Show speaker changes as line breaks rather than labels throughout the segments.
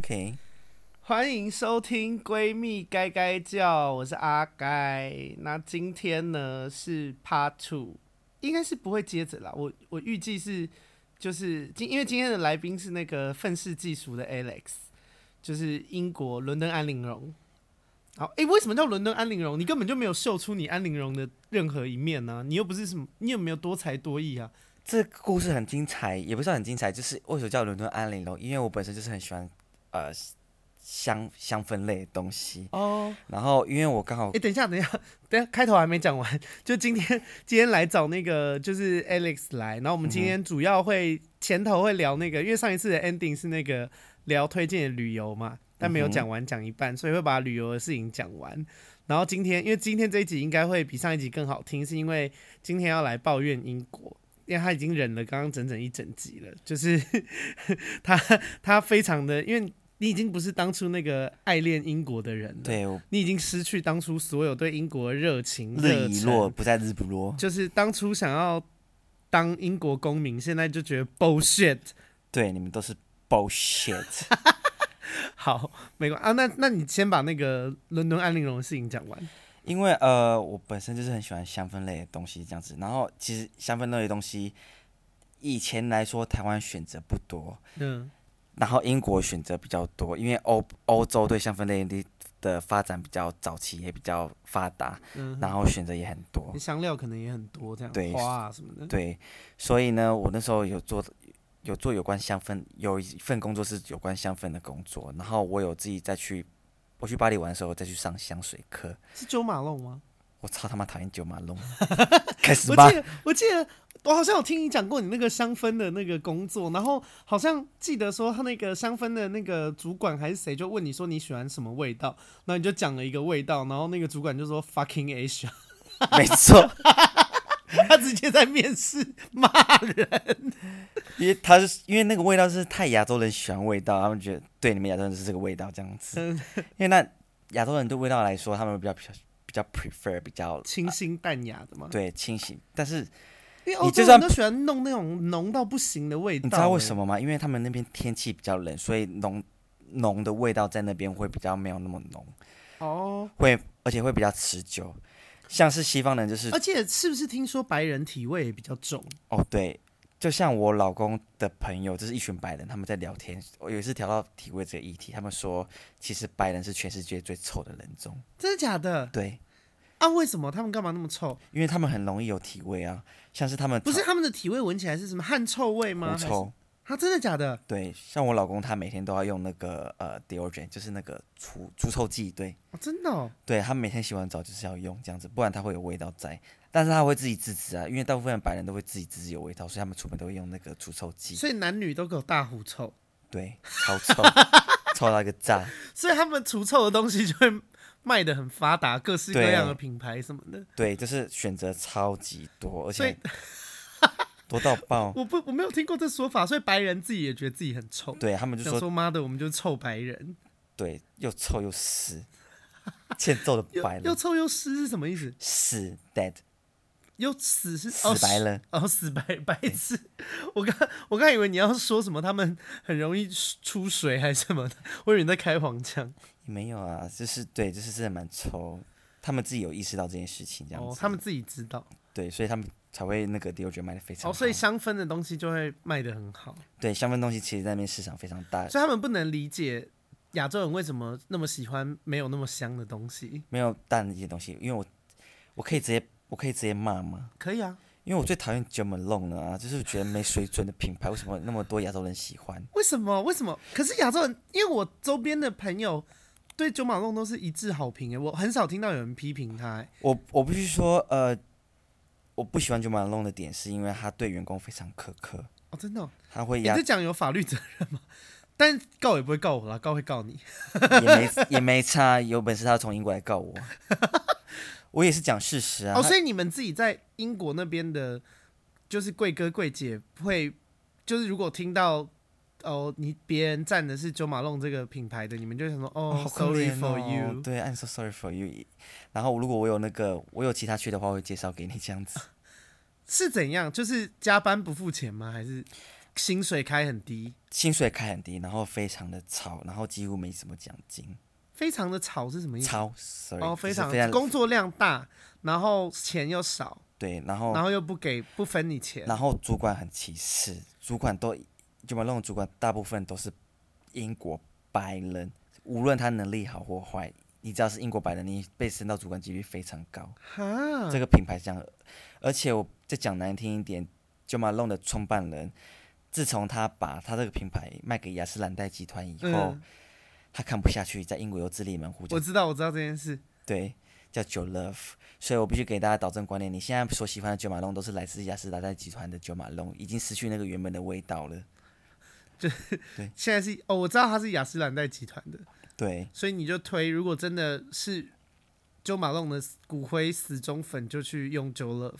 听，
欢迎收听《闺蜜该该叫》，我是阿该。那今天呢是 Part Two，应该是不会接着啦。我我预计是就是今因为今天的来宾是那个愤世嫉俗的 Alex，就是英国伦敦安陵容。好，诶，为什么叫伦敦安陵容？你根本就没有秀出你安陵容的任何一面呢、你又不是什么，你有没有多才多艺啊？
这个故事很精彩，也不算很精彩，就是为什么叫伦敦安陵容？因为我本身就是很喜欢呃香香氛类的东西，
哦、
然后因为我刚好
哎、等一下， 等一下，等一下，开头还没讲完。就今天，今天来找那个 就是 Alex 来，然后我们今天主要会、前头会聊那个，因为上一次的 ending 是那个聊推荐的旅游嘛，但没有讲完，讲一半，所以会把旅游的事情讲完。然后今天，因为今天这一集应该会比上一集更好听，是因为今天要来抱怨英国，因为他已经忍了刚刚整整一整集了，就是 他他非常的，因为你已经不是当初那个爱恋英国的人了，
对我
你已经失去当初所有对英国的热情、
日已
忱
落，不在日不落，
就是当初想要当英国公民，现在就觉得 bullshit。
对，你们都是 bullshit。
好，没关啊，那那你先把那个伦敦安陵容的事情讲完。
因为呃，我本身就是很喜欢香氛类的东西这样子，然后其实香氛类的东西以前来说台湾选择不多，
嗯，
然后英国选择比较多，因为欧欧洲对香氛类的的发展比较早期，也比较发达，
嗯
然后选择也很多
你，香料可能也很多，这样
对
花啊什么的。
对，所以呢，我那时候有做有做有关香氛，有一份工作是有关香氛的工作，然后我有自己再去我去巴黎玩的时候再去上香水课，
是九马龙吗？
我超他妈讨厌九马 龙，开始
我
吧
记。得，我记得，我好像有听你讲过你那个香氛的那个工作，然后好像记得说他那个香氛的那个主管还是谁就问你说你喜欢什么味道，然后你就讲了一个味道，然后那个主管就说 fucking Asia，
没错，
他直接在面试骂人。
因为他是因为那个味道是太亚洲人喜欢的味道，他们觉得对你们亚洲人就是这个味道这样子。因为那亚洲人对味道来说，他们比较比较比较 prefer 比较
清新淡雅的嘛，
对清醒，但是
因为欧
啊你
洲
就
人
算
都喜欢弄那种浓到不行的味道、
你知道为什
么？
么吗？因为他们那边天气比较冷，所以浓浓的味道在那边会比较没有那么浓，
哦，
会而且会比较持久。像是西方人就是
而且是不是听说白人体味也比较重？
哦，对，就像我老公的朋友，就是一群白人，他们在聊天。我有一次聊到体味这个议题，他们说，其实白人是全世界最臭的人种。
真的假的？
对，
啊，为什么他们干嘛那么臭？
因为他们很容易有体味啊，像是他们
不是他们的体味闻起来是什么汗臭味吗？
狐
还是
臭。
啊，真的假的？
对，像我老公他每天都要用那个呃 deodorant，就是那个除除臭剂，对，
哦、真的、哦，
对他每天洗完澡就是要用这样子，不然他会有味道在。但是他会自己自制啊，因为大部分白人都会自己自制有味道，所以他们出门都会用那个除臭剂，
所以男女都有大狐臭，
对，超 臭，臭到一个炸。
所以他们除臭的东西就会卖的很发达，各式各
对
样的品牌什么的。
对，就是选择超级多，而
所以
且 多到爆。
我不我没有听过这说法，所以白人自己也觉得自己很臭，
对他们就
想
说，
说妈的，我们就是臭白人，
对，又臭又湿，欠揍的白
又
人，
臭又湿是什么意思？
死 dead
又死是
死白人，
哦死哦死白白痴。我刚我刚以为你要说什么，他们很容易出水还是什么的，我以为你在开黄腔。
没有啊，就是对，就是真的蛮臭。他们自己有意识到这件事情，这样
哦
子，，
他们自己知道。
对，所以他们才会那个 deodorant 卖的非常好。
哦，所以香氛的东西就会卖的很好，
对香氛东西其实在那边市场非常大，
所以他们不能理解亚洲人为什么那么喜欢没有那么香的东西。
没有淡的一些东西，因为我我可以直接我可以直接骂吗？
可以啊，
因为我最讨厌 j e r m a l o n 了啊，就是觉得没水准的品牌，为什么那么多亚洲人喜欢？
为什么？为什么？可是亚洲人，因为我周边的朋友对九马弄都是一致好评诶，欸我很少听到有人批评他欸诶。
我我必须说，呃，我不喜欢 j o m a l o n 的点是因为他对员工非常苛刻，
哦，真的哦、
他会
你
压
这讲有法律责任吗？ 但告也不会告我啦，告会告你。
也没也没差，有本事他从英国来告我， 我也是讲事实啊。
哦，
他
所以你们自己在英国那边的，就是贵哥贵姐会，就是如果听到哦，你别人站的是九马弄这个品牌的，你们就想说哦
好可
s o r r y
怜
for
哦
you。
对，I'm so sorry for you。然后如果我有那个我有其他去的话，我会介绍给你这样子。
是怎样？就是加班不付钱吗？还是薪水开很低，
薪水开很低，然后非常的吵，然后几乎没什么奖金。
非常的吵是什么意思？
超，sorry，
哦，
就是
非
非
常
常
工作量大，然后钱又少，
对，然后
然后又不给不分你钱，
然后主管很歧视，主管都基本那种主管大部分都是英国白人，无论他能力好或坏，你只要是英国白人，你被升到主管几率非常高。
哈，
这个品牌是这样，而且我再讲难听一点 j o m a l o n 的创办人，自从他把他这个品牌卖给雅诗兰黛集团以后，
嗯
他看不下去，在英国又自立门户，叫
我知道我知道这件事，
对，叫 Jo Love。所以我必须给大家导正观念，你现在所喜欢的九马龙都是来自雅诗兰黛集团的九马龙，已经失去那个原本的味道了。
现在是哦，我知道他是雅诗兰黛集团的，
对，
所以你就推，如果真的是 Jo Malone 的骨灰死忠粉，就去用 Jo Love。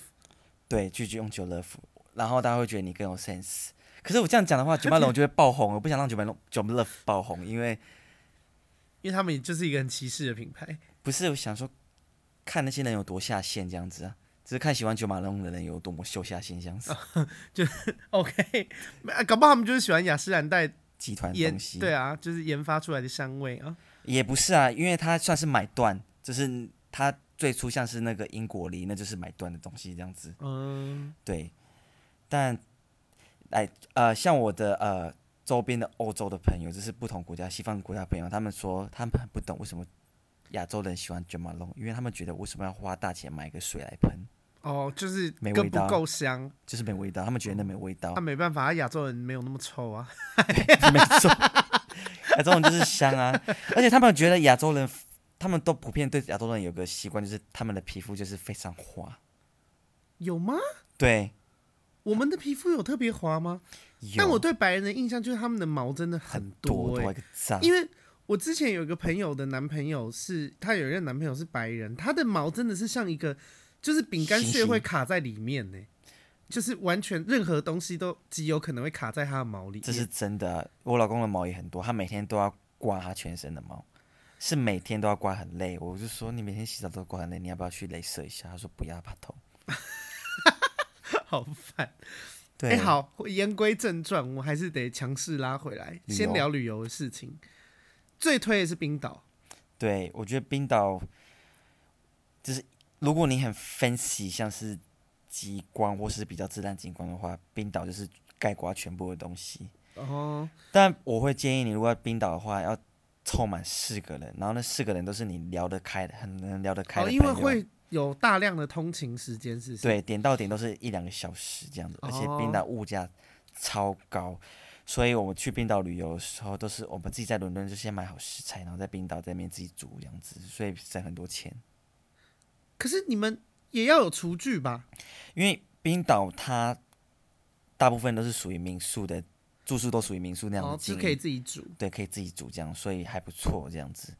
对，去用九 love，然后大家会觉得你更有 sense。可是我这样讲的话，九马龙就会爆红，我不想让九马龙九 love 爆红，因为
因为他们就是一个很歧视的品牌，
不是我想说看那些人有多下线这样子啊，只是看喜欢九马龙的人有多么秀下限这样
啊
子。
就是 OK，啊搞不好他们就是喜欢雅诗兰黛
集团的
研
东西，
对啊，就是研发出来的香味啊。
也不是啊，因为他算是买断，就是他最初像是那个英国梨，那就是买断的东西这样子。
嗯，
对，但哎呃，像我的呃周边的欧洲的朋友，就是不同国家西方国家朋友，他们说他们很不懂为什么亚洲人喜欢 Jo Malone，因为他们觉得为什么要花大钱买一个水来喷，
哦，就是
没
更
味
不
道哦
够香，
就是没味道，他们觉得那没味道
那、，没办法，他亚洲人没有那么臭啊。
没错，亚洲人就是香啊， 而且他们觉得亚洲人。他们都普遍对亚洲人有个习惯，就是他们的皮肤就是非常滑。
有吗？
对，
我们的皮肤有特别滑吗？
有
但我对白人的印象就是他们的毛真的
很
多、
多
欸，
多一个赞，
因为我之前有一个朋友的男朋友是，他有一个男朋友是白人，他的毛真的是像一个，就是饼干
星
屑
星
会卡在里面呢、就是完全任何东西都极有可能会卡在他的毛里面。
这是真的啊。我老公的毛也很多，他每天都要刮他全身的毛，是每天都要刮，很累。我就说你每天洗澡都刮很累，你要不要去镭射一下？他说不要，怕痛。
好烦。
对，
哎、好，言归正传，我还是得强势拉回来，
旅游
先聊旅游的事情。最推的是冰岛，
对我觉得冰岛就是如果你很 fancy，像是极光或是比较自然景观的话，冰岛就是盖刮全部的东西。
哦，
但我会建议你，如果要冰岛的话，要凑满四个人，然后那四个人都是你聊得开的，很能聊得开的
哦，
朋
因
友。
为会有大量的通勤时间，是不是？，
对，点到点都是一两个小时这样子，而且冰
哦
岛物价超高，所以我们去冰岛旅游的时候，都是我们自己在伦敦就先买好食材，然后在冰岛在那边自己煮这样子，所以省很多钱。
可是你们也要有厨具吧？
因为冰岛它大部分都是属于民宿的，住宿都属于民宿那样
哦
的，
就
经
可以
营，
自己煮。
对，可以自己煮这样，所以还不错这样子，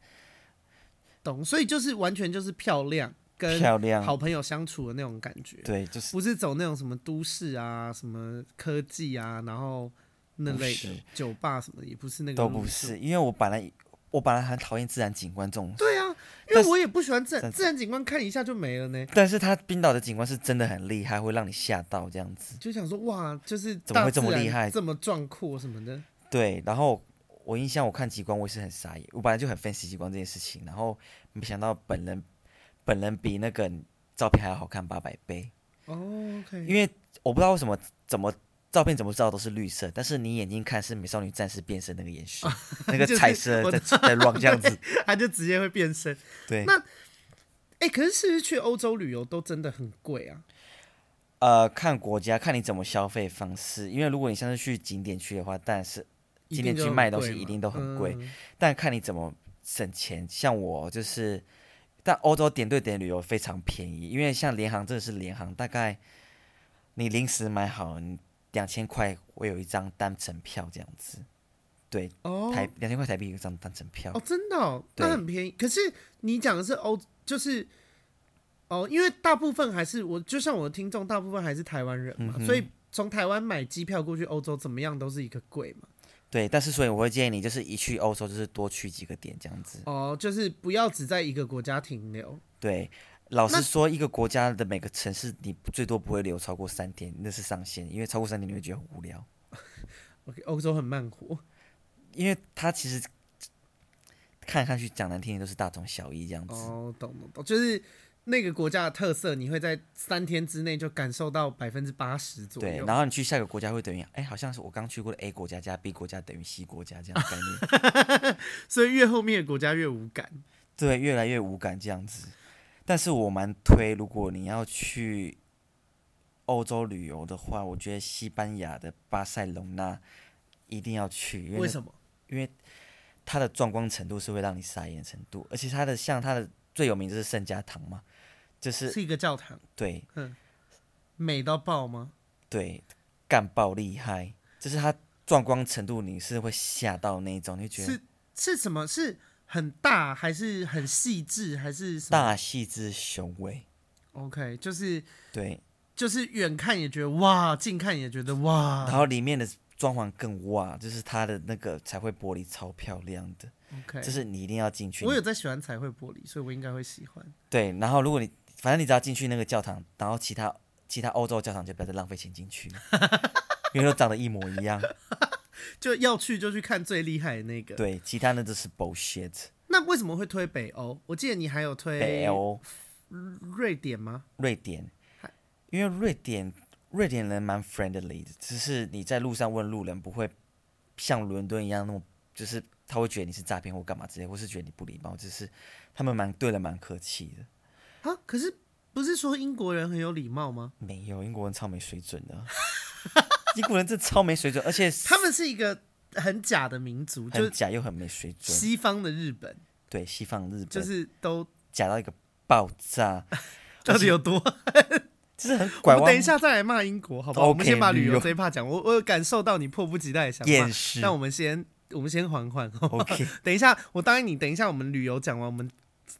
懂，所以就是完全就是漂亮跟
漂亮。
好朋友相处的那种感觉，
对，就是
不是走那种什么都市啊、什么科技啊，然后那类
不
的
是
酒吧什么的，也不是那个
都
路
不
数。
是，因为我本来我本来很讨厌自然景观这种
对啊，因
但
为
是
我也不喜欢自然
但
自然景观，看一下就没了呢。
但是它冰岛的景观是真的很厉害，会让你吓到这样子。
就想说哇，就是
怎么会
大自
这么厉
然
害
这么壮阔什么的？
对，然后我印象我看极光，我也是很傻眼，我本来就很分析极光这件事情，然后没想到本人本人比那个照片还要好看八百倍，
哦
因
，OK，
为我不知道为什么怎么。照片怎么照都是绿色，但是你眼睛看是美少女战士变身那个眼 神，那个
就是
彩色
我
在在乱这样子。
他就直接会变身。
对，
那哎、可是是不是去欧洲旅游都真的很贵啊？
呃，看国家，看你怎么消费方式。因为如果你像是去景点去的话，但是
一
今
定
天
就
去
很
卖
贵
东西
嘛
一定都很贵
嗯
但看你怎么省钱。像我就是，但欧洲点对点旅游非常便宜，因为像联航真的是联航，大概你临时买好两千块，我有一张单程票这样子，对，
哦，
台两千块台币有一张单程票。
哦，真的、哦，那
对
很便宜。可是你讲的是欧，就是哦，因为大部分还是我，就像我的听众，大部分还是台湾人嘛，所以从台湾买机票过去欧洲，怎么样都是一个贵嘛。
对，但是所以我会建议你，就是一去欧洲就是多去几个点这样子。
哦，就是不要只在一个国家停留。
对，老
那
实说，一个国家的每个城市你最多不会留超过三天，那是上限，因为超过三天你会觉得很无聊。
OK，欧洲很慢活，
因为它其实看上去讲难听点都是大同小异这样子。
哦，懂懂懂，就是那个国家的特色，你会在三天之内就感受到百分之八十左
对，
右。
然后你去下一个国家会等于，哎，好像是我刚去过的 A 国家加 B 国家等于 C 国家这样的概念。
所以越后面的国家越无感。
对，越来越无感这样子。但是我蛮推，如果你要去欧洲旅游的话，我觉得西班牙的巴塞隆纳一定要去，因
为
为
什么？
它的壮观程度是会让你傻眼的程度，而且它的像它的最有名就是圣家堂嘛，就是
是一个教堂，
对
美到爆吗？
对干爆厉害，就是它壮观程度你是会吓到那一种，你会觉得
是是什么？是很大还是很细致还是什么
大气之雄伟，
？OK，就是
对，
就是远看也觉得哇，近看也觉得哇。
然后里面的装潢更哇，就是它的那个彩绘玻璃超漂亮的。
OK，
就是你一定要进去。
我有在喜欢彩绘玻璃，所以我应该会喜欢。
对，然后如果你反正你只要进去那个教堂，然后其他其他欧洲教堂就不要再浪费钱进 去了，因为都长得一模一样。
就要去就去看最厉害的那个。
对，其他那都是 bullshit。
那为什么会推北欧？我记得你还有
北
推
欧、
瑞典吗？
瑞典，因为瑞典瑞典人蛮 friendly 的，只是你在路上问路人不会像伦敦一样那么，就是他会觉得你是诈骗或干嘛之类，或是觉得你不礼貌，只是他们蛮对人蛮客气的。
啊，可是不是说英国人很有礼貌吗？
没有，英国人超没水准的， 英国人真的超没水准，而且
他们是一个很假的民族，就
很
是
假又很没水准，
西方的日本，
对，西方日本
就是都
假到一个爆 炸，
到底有多
就是很
我
拐
们
弯
等一，下再来骂英国，好不好
OK，
我们先把旅
旅
游
游
这一趴讲。我我有感受到你迫不及待地想
厌
骂，
世
但。我们先我们先缓缓。好不好
OK，
等一下，我答应你，等一下我们旅游讲完，我们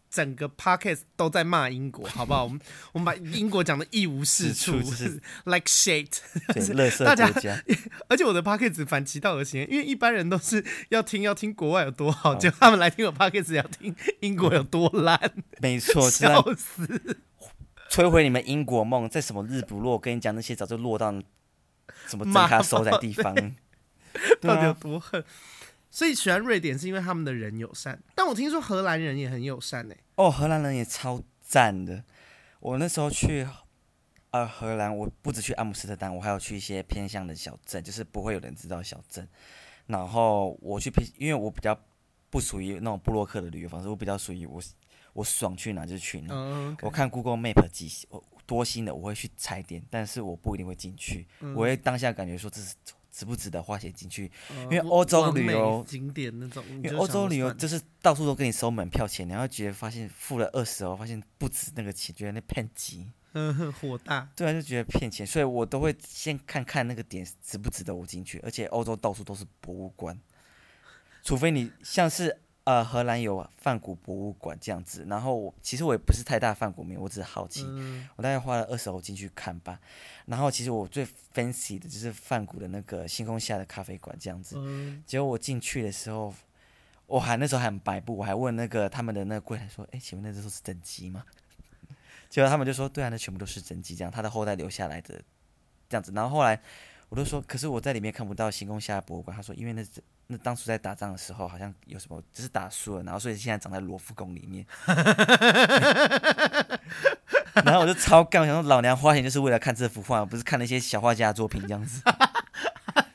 整个 podcast 都在骂英国，好不好？我们我们把英国讲的一无是处
是是
，like shit。
对，乐色
大家
国 家，
而且我的 podcast 反其道而行，因为一般人都是要听要听国外有多好，结果他们来听我 podcast 要听英国有多烂，
没错，是
笑
让
死。
摧毁你们英国梦，在什么日不落？跟你讲，那些早就落到什么真
妈
卡收在地方。对
到底有
啊，
多恨？所以喜欢瑞典是因为他们的人友善，但我听说荷兰人也很友善诶、
哦，荷兰人也超赞的。我那时候去呃荷兰，我不止去阿姆斯特丹，我还有去一些偏向的小镇，就是不会有人知道的小镇。然后我去偏，因为我比较不属于那种布洛克的旅游方式，我比较属于我我爽去哪就去哪。
嗯，
我看 Google Map 几我多星的，我会去踩点，但是我不一定会进去，我会当下感觉说这是值不值得花钱进去，
因
因为欧洲旅游
呃景点那种，
因为欧洲旅游就是到处都跟你收门票钱，然后觉得发现付了二十欧，发现不值那个钱，觉得那骗钱，
嗯哼 火 大，
对啊，就觉得骗钱，所以我都会先看看那个点值不值得我进去，而且欧洲到处都是博物馆，除非你像是。呃，荷兰有梵谷博物馆这样子，然后我其实我也不是太大梵谷迷，我只是好奇，
嗯，
我大概花了二十欧进去看吧。然后其实我最 fancy 的就是梵谷的那个星空下的咖啡馆这样子。
嗯
结果我进去的时候，我还那时候还很白布，我还问那个他们的那个柜台说：“哎，请问那都是真机吗？” 结果他们就说：“对啊，那全部都是真机，这样他的后代留下来的这样子。”然后后来我就说：“可是我在里面看不到星空下的博物馆。”他说：“因为那是那当初在打仗的时候，好像有什么只是打输了，然后所以现在长在罗浮宫里面。” 然后我就超干，我想说老娘花钱就是为了看这幅画，不是看那些小画家的作品这样子。
啊，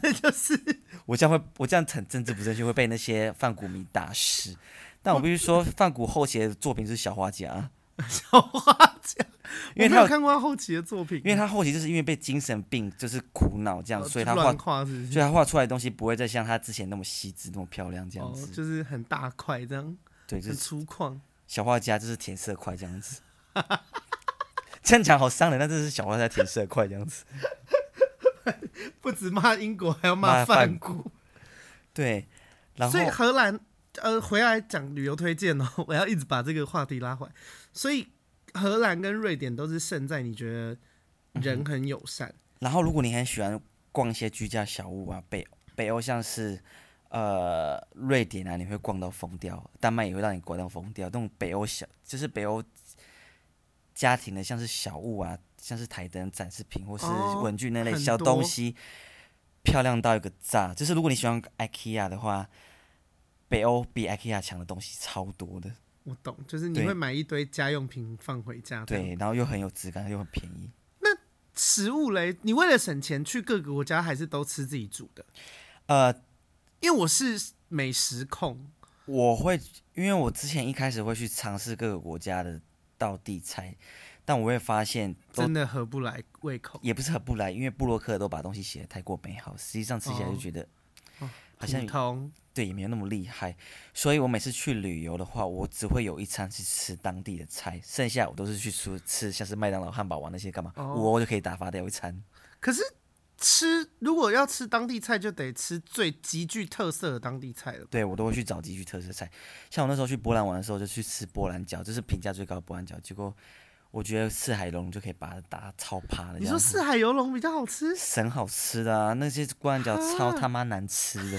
那就是
我这样会，我这样很政治不正确，会被那些范谷迷打死。但我必须 说，范谷后期的作品是小画家，
小画家，
因为
我没
他
有
有，
看过他后期的作品，呃
因为他后期就是因为被精神病就是苦恼这样，所以他画
乱，画是不
所以
是？
他画出来的东西不会再像他之前那么细致、那么漂亮这样
哦，
子。
就是很大块这样，
对，就
很
是
粗犷。
小画家就是填色块这样子。 这样讲好伤人，但这是小画家填色块这样子。
不止骂英国，还要
骂
梵
梵对，然后
所以荷兰，呃，回来讲旅游推荐哦， 我要一直把这个话题拉回来。所以荷兰跟瑞典都是胜在你觉
嗯
得人很友善，
然后，如果你很喜欢逛一些居家小屋啊，北北欧像是呃瑞典啊，你会逛到疯掉；丹麦也会让你逛到疯掉。那种北欧小，就是北欧家庭的，像是小物啊，像是台灯、展示品或是
哦
文具那类
很
小
多
东西，漂亮到一个炸。就是如果你喜欢 IKEA 的话，北欧比 IKEA 强的东西超多的，
我懂，就是你
对
会买一堆家用品放回家。这样，
对，然后又很有质感，又很便宜。
食物嘞，你为了省钱去各个国家还是都吃自己煮的？
呃，
因为我是美食控，
我会，因为我之前一开始会去尝试各个国家的道地菜，但我会发现都
真的合不来胃口。
也不是合不来，因为布洛克都把东西写的太过美好，实际上吃起来就
哦
觉得、
哦
好像
普通
对也没有那么厉害。所以我每次去旅游的话，我只会有一餐是吃当地的菜，剩下我都是去吃吃像是麦当劳、汉堡王那些干嘛，
哦
我我就可以打发掉一餐。
可是吃如果要吃当地菜，就得吃最极具特色的当地菜了吧。
对我都会去找几句特色菜。像我那时候去波兰玩的时候，就去吃波兰饺，这是评价最高的波兰饺。结果我觉得四海龙就可以把它打超趴了。
你
这
说
样子
四海游龙比较好吃，
神好吃的啊，那些波兰饺超
啊
他妈难吃 的。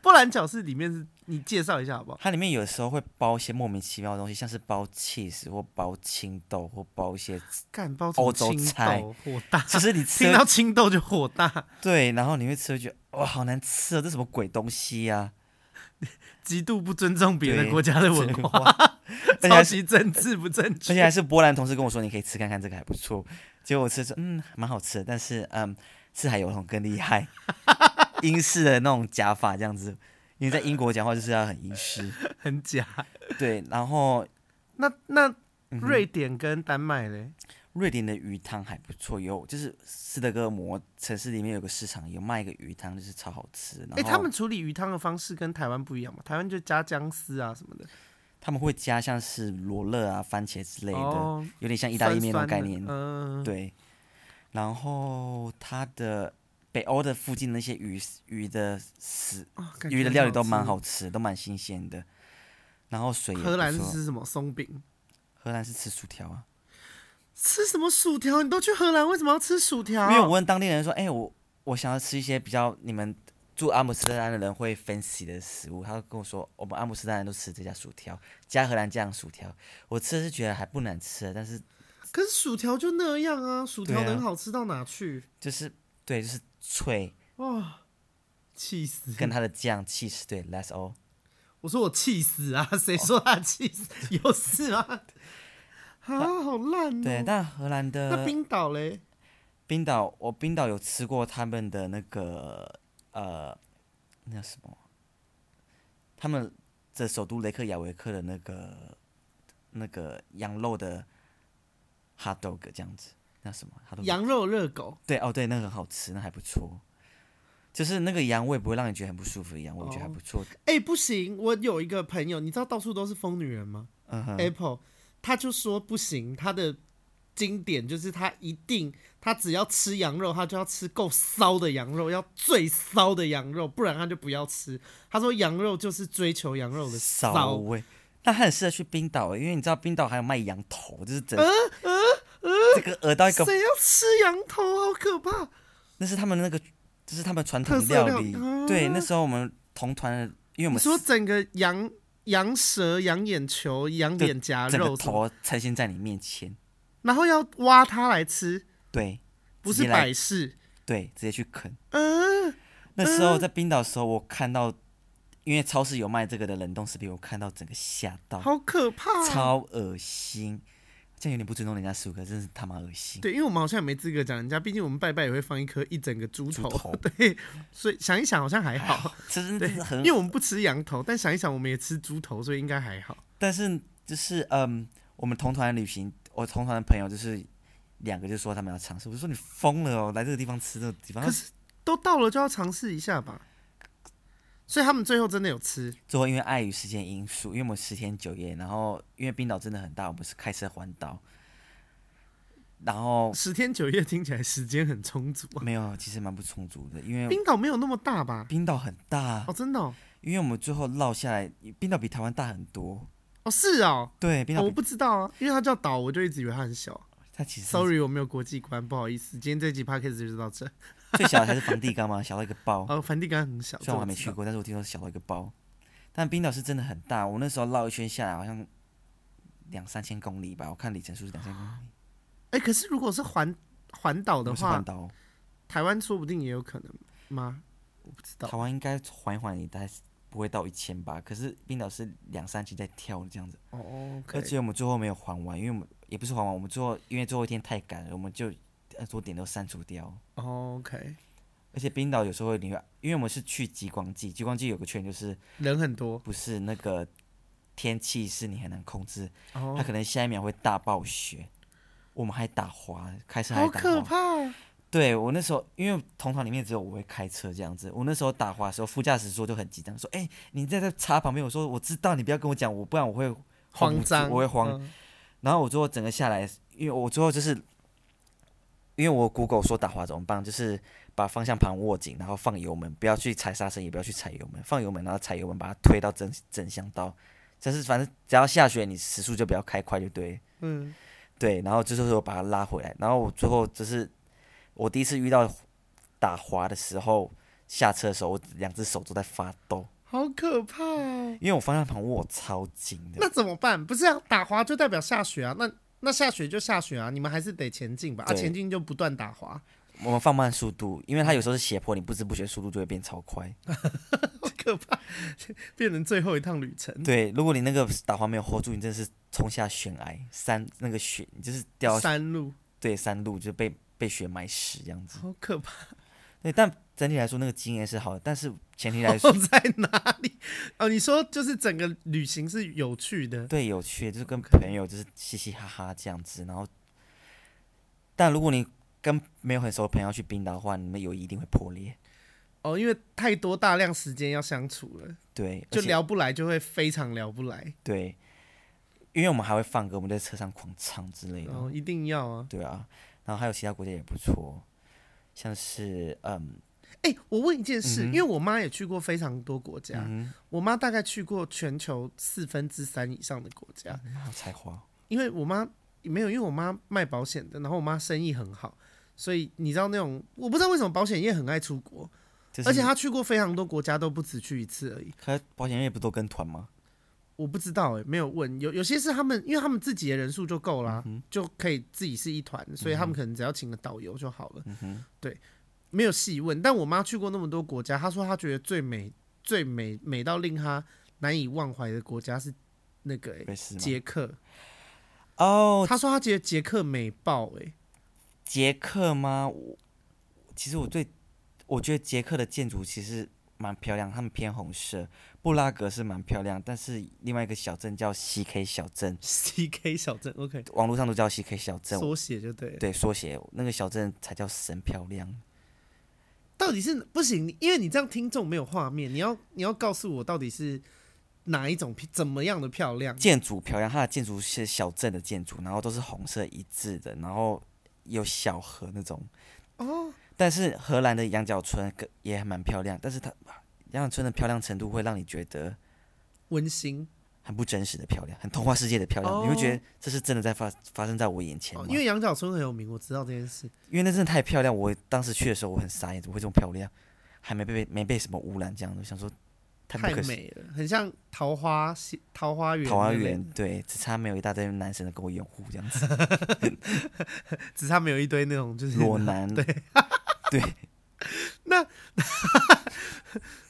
波兰饺是里面是你介绍一下好不好？
它里面有时候会包一些莫名其妙的东西，像是包 cheese 或包青豆或包一些，
干包什么
欧洲
青
菜
豆火大，
其实你吃
听到青豆就火大，
对，然后你会吃会觉得哇好难吃啊，这什么鬼东西啊呀、
极度不尊重别的
对
国家的文化，
而 且还
超
是
级政治不正
而
确。
且还是波兰同事跟我说你可以吃看看这个还不错，结果我吃吃嗯蛮好吃的，但是嗯四海游龙更厉害， 英式的那种夹法这样子，因为在英国讲话就是要很英式，
很假。
对，然后
那那
嗯
瑞典跟丹麦嘞？
瑞典的鱼汤还不错，有就是斯德哥尔摩城市里面有个市场有卖一个鱼汤，就是超好吃。然后
哎、他们处理鱼汤的方式跟台湾不一样嘛？台湾就加姜丝啊什么的。
他们会加像是罗勒啊、番茄之类的，
哦，
有点像意大利面那种
酸酸
概
的
念。
嗯，
对，然后它的北欧的附近那些鱼鱼的食
哦感觉
鱼的料理
很
都蛮
吃。
好吃，都蛮新鲜的。然后水也
荷兰是
不错
吃什么松饼？
荷兰是吃薯条啊，
吃什么薯条？你都去荷兰，为什么要吃薯条？
因为我问当地人说，哎、我我想要吃一些比较你们住阿姆斯特丹的人会 fancy 的食物，他就跟我说，我们阿姆斯特丹人都吃这家薯条，加荷兰酱薯条，我吃的是觉得还不难吃，啊但是
可是薯条就那样啊，薯条
对啊
能好吃到哪去？
就是对，就是脆
哇，气死！
跟它的酱 cheese 对，that's all。
我说我气死啊！谁说他气死？有事吗？啊，好烂
对，
哦！
但荷兰
那
的
冰岛嘞？
冰岛，我冰岛有吃过他们的那个呃，那叫什么？他们的首都雷克雅维克的那个那个羊肉的 hot dog 这样子，那什么 hot dog？
羊肉热狗，
对哦，对，那个很好吃，那还不错。就是那个羊味不会让你觉得很不舒服的羊，我觉得还
哦
不错。
哎、不行，我有一个朋友，你知道到处都是疯女人吗、
嗯哼，
a p p l e 他就说不行，他的经典就是他一定，他只要吃羊肉，他就要吃够骚的羊肉，要最骚的羊肉，不然他就不要吃。他说羊肉就是追求羊肉的
骚味。那他很适合去冰岛欸，因为你知道冰岛还有卖羊头，就是
呃
整、这个鹅到一个，
谁要吃羊头？好可怕！
那是他们那个，这是他们传
特
统
色
料
料
理。
啊
对，那时候我们同团的，因为我
你
们
说整个羊羊舌、羊眼球、羊
对
脸颊
整个
肉什么，
头呈现在你面前，
然后要挖它来吃，
对
不
直
是
接来
摆饰。
对，直接去啃。
嗯，
那时候在冰岛的时候，我看到，因为超市有卖这个的冷冻食品，我看到整个吓到，
好可怕、
超恶心，这样有点不尊重人家食物，可是真是他妈恶 心。
对，因为我们好像也没资格讲人家，毕竟我们拜拜也会放一颗一整个猪
猪
头，
头
对，所以想一想好像还好，
这真的是很
因为我们不吃羊头，但想一想我们也吃猪头，所以应该还好。
但是就是嗯，我们同团旅行，我同团的朋友就是两个就说他们要尝试，我就说你疯了哦，来这个地方吃这个地方。
可是都到了就要尝试一下吧。所以他们最后真的有吃，
最后因为碍于时间因素，因为我们十天九夜，然后因为冰岛真的很大，我们是开车环岛，然后
十天九夜听起来时间很充足啊。
没有，其实蛮不充足的，因为
冰岛没有那么大吧？
冰岛很大
哦，，真的哦，
因为我们最后绕下来，冰岛比台湾大很多。
哦是哦
对，冰
哦
岛
我
比、
不知道啊，因为它叫岛，我就一直以为它很小。
它其实是
Sorry，我没有国际观，不好意思。今天这集 podcast 就到这。
最小的还是梵蒂 冈嘛，小到一个包。
哦，梵蒂冈很小，
虽然我还没
这
去
知道。
过，但是我听说小到一个包。但冰岛是真的很大，我那时候绕一圈下来好像两三千公里吧，我看里程数是两千公里。
哎、可是如果是环环岛
我
的
们是
话
环，岛哦，
台湾说不定也有可能吗？我不知道
台。湾应该缓一缓也大概是不会到一千吧，可是冰岛是两三期在跳这样子，
哦
而
，OK，
且我们最后没有还完，因为我们也不是还完，我们最后因为最后一天太赶了，我们就很多点都删除掉。
哦，OK，
而且冰岛有时候你会，因为我们是去极光季，极光季有个缺点就是
人很多。
不是那个天气是你很难控制，它
哦，
可能下一秒会大暴雪，我们还打滑，开车还
好
打
可
滑。
怕！
对我那时候，因为同团里面只有我会开车这样子，我那时候打滑的时候，副驾驶座就很紧张，说：“哎、你在这插旁边。”我说：“我知道，你不要跟我讲，我不然我会。”我
慌
不
张，
我会慌
嗯。
然后我最后整个下来，因为我最后就是，因为我 Google 说打滑怎么办，就是把方向盘握紧，然后放油门，不要去踩刹车，也不要去踩油门，放油门，然后踩油门，把它推到正正向道。但是反正只要下雪，你时速就不要开快就对了。
嗯，
对，然后就是说把它拉回来。然后我最后就是我第一次遇到打滑的时候，下车的时候，我两只手都在发抖，
好可怕哦！
因为我方向盘握超紧的。
那怎么办？不是啊，打滑就代表下雪啊，那那下雪就下雪啊，你们还是得前进吧？啊，
对
前进就不断打滑，
我们放慢速度，因为它有时候是斜坡，你不知不觉速度就会变超快。
好可怕，变成最后一趟旅程。
对，如果你那个打滑没有 hold 住，你真的是冲下悬崖，山那个雪，你就是掉到
山路，
对山路就被被雪埋死这样子。
好可怕！
对，但整体来说那个经验是好的，但是 前提来 说
我在哪里？ 哦，你说就是整个旅行是有趣的，
对，有趣，就是跟朋友就是嘻嘻哈哈这样子，然后，但如果你跟没有很熟的朋友去冰岛的话，你们友谊一定会破裂。
哦，因为太多大量时间要相处了，
对，而
就
且
聊不来，就会非常聊不来。
对，因为我们还会放歌，我们在车上狂唱之类的。
然后一定要啊！
对啊，然后还有其他国家也不错，像是嗯
哎、我问一件事，
嗯哼
因为我妈也去过非常多国家，
嗯
我妈大概去过全球四分之三以上的国家，
嗯哼，蛮有才华，
因为我妈没有，因为我妈卖保险的，然后我妈生意很好，所以你知道那种，我不知道为什么保险业很爱出国，
就是
而且她去过非常多国家，都不止去一次而已。
可保险业不都跟团吗？
我不知道哎、没有问，有有些是他们，因为他们自己的人数就够啦，就可以自己是一团，所以他们可能只要请个导游就好了。对，没有细问。但我妈去过那么多国家，她说她觉得最美、最美美到令她难以忘怀的国家是那个、欸、
瑞士吗？
捷克。
哦，
她说她觉得捷克美爆哎、
捷克吗？我其实我对我觉得捷克的建筑其实蛮漂亮，他们偏红色。布拉格是蛮漂亮，但是另外一个小镇叫 CK 小镇，
c K 小镇 OK，
网络上都叫 CK 小镇，
缩写就对了。
对，缩写那个小镇才叫神漂亮。
到底是不行，因为你这样听众没有画面，你要你要告诉我到底是哪一种怎么样的漂亮。
建筑漂亮，它的建筑是小镇的建筑，然后都是红色一致的，然后有小河那种。
哦，
但是荷兰的羊角村跟也还蛮漂亮，但是它羊角村的漂亮程度会让你觉得
温馨、
很不真实的漂亮，很童话世界的漂亮，你会觉得这是真的在发发生在我眼前
哦
吗？，
因为羊角村很有名，我知道这件事。
因为那真的太漂亮，我当时去的时候我很傻眼，怎么会这么漂亮？还没被没被什么污染，这样的想说太
太
不可思议。
美了，很像桃花溪桃花源，
桃花源，对，只差没有一大堆男神的给我拥护这样子，
只差没有一堆那种 就是
裸男，对，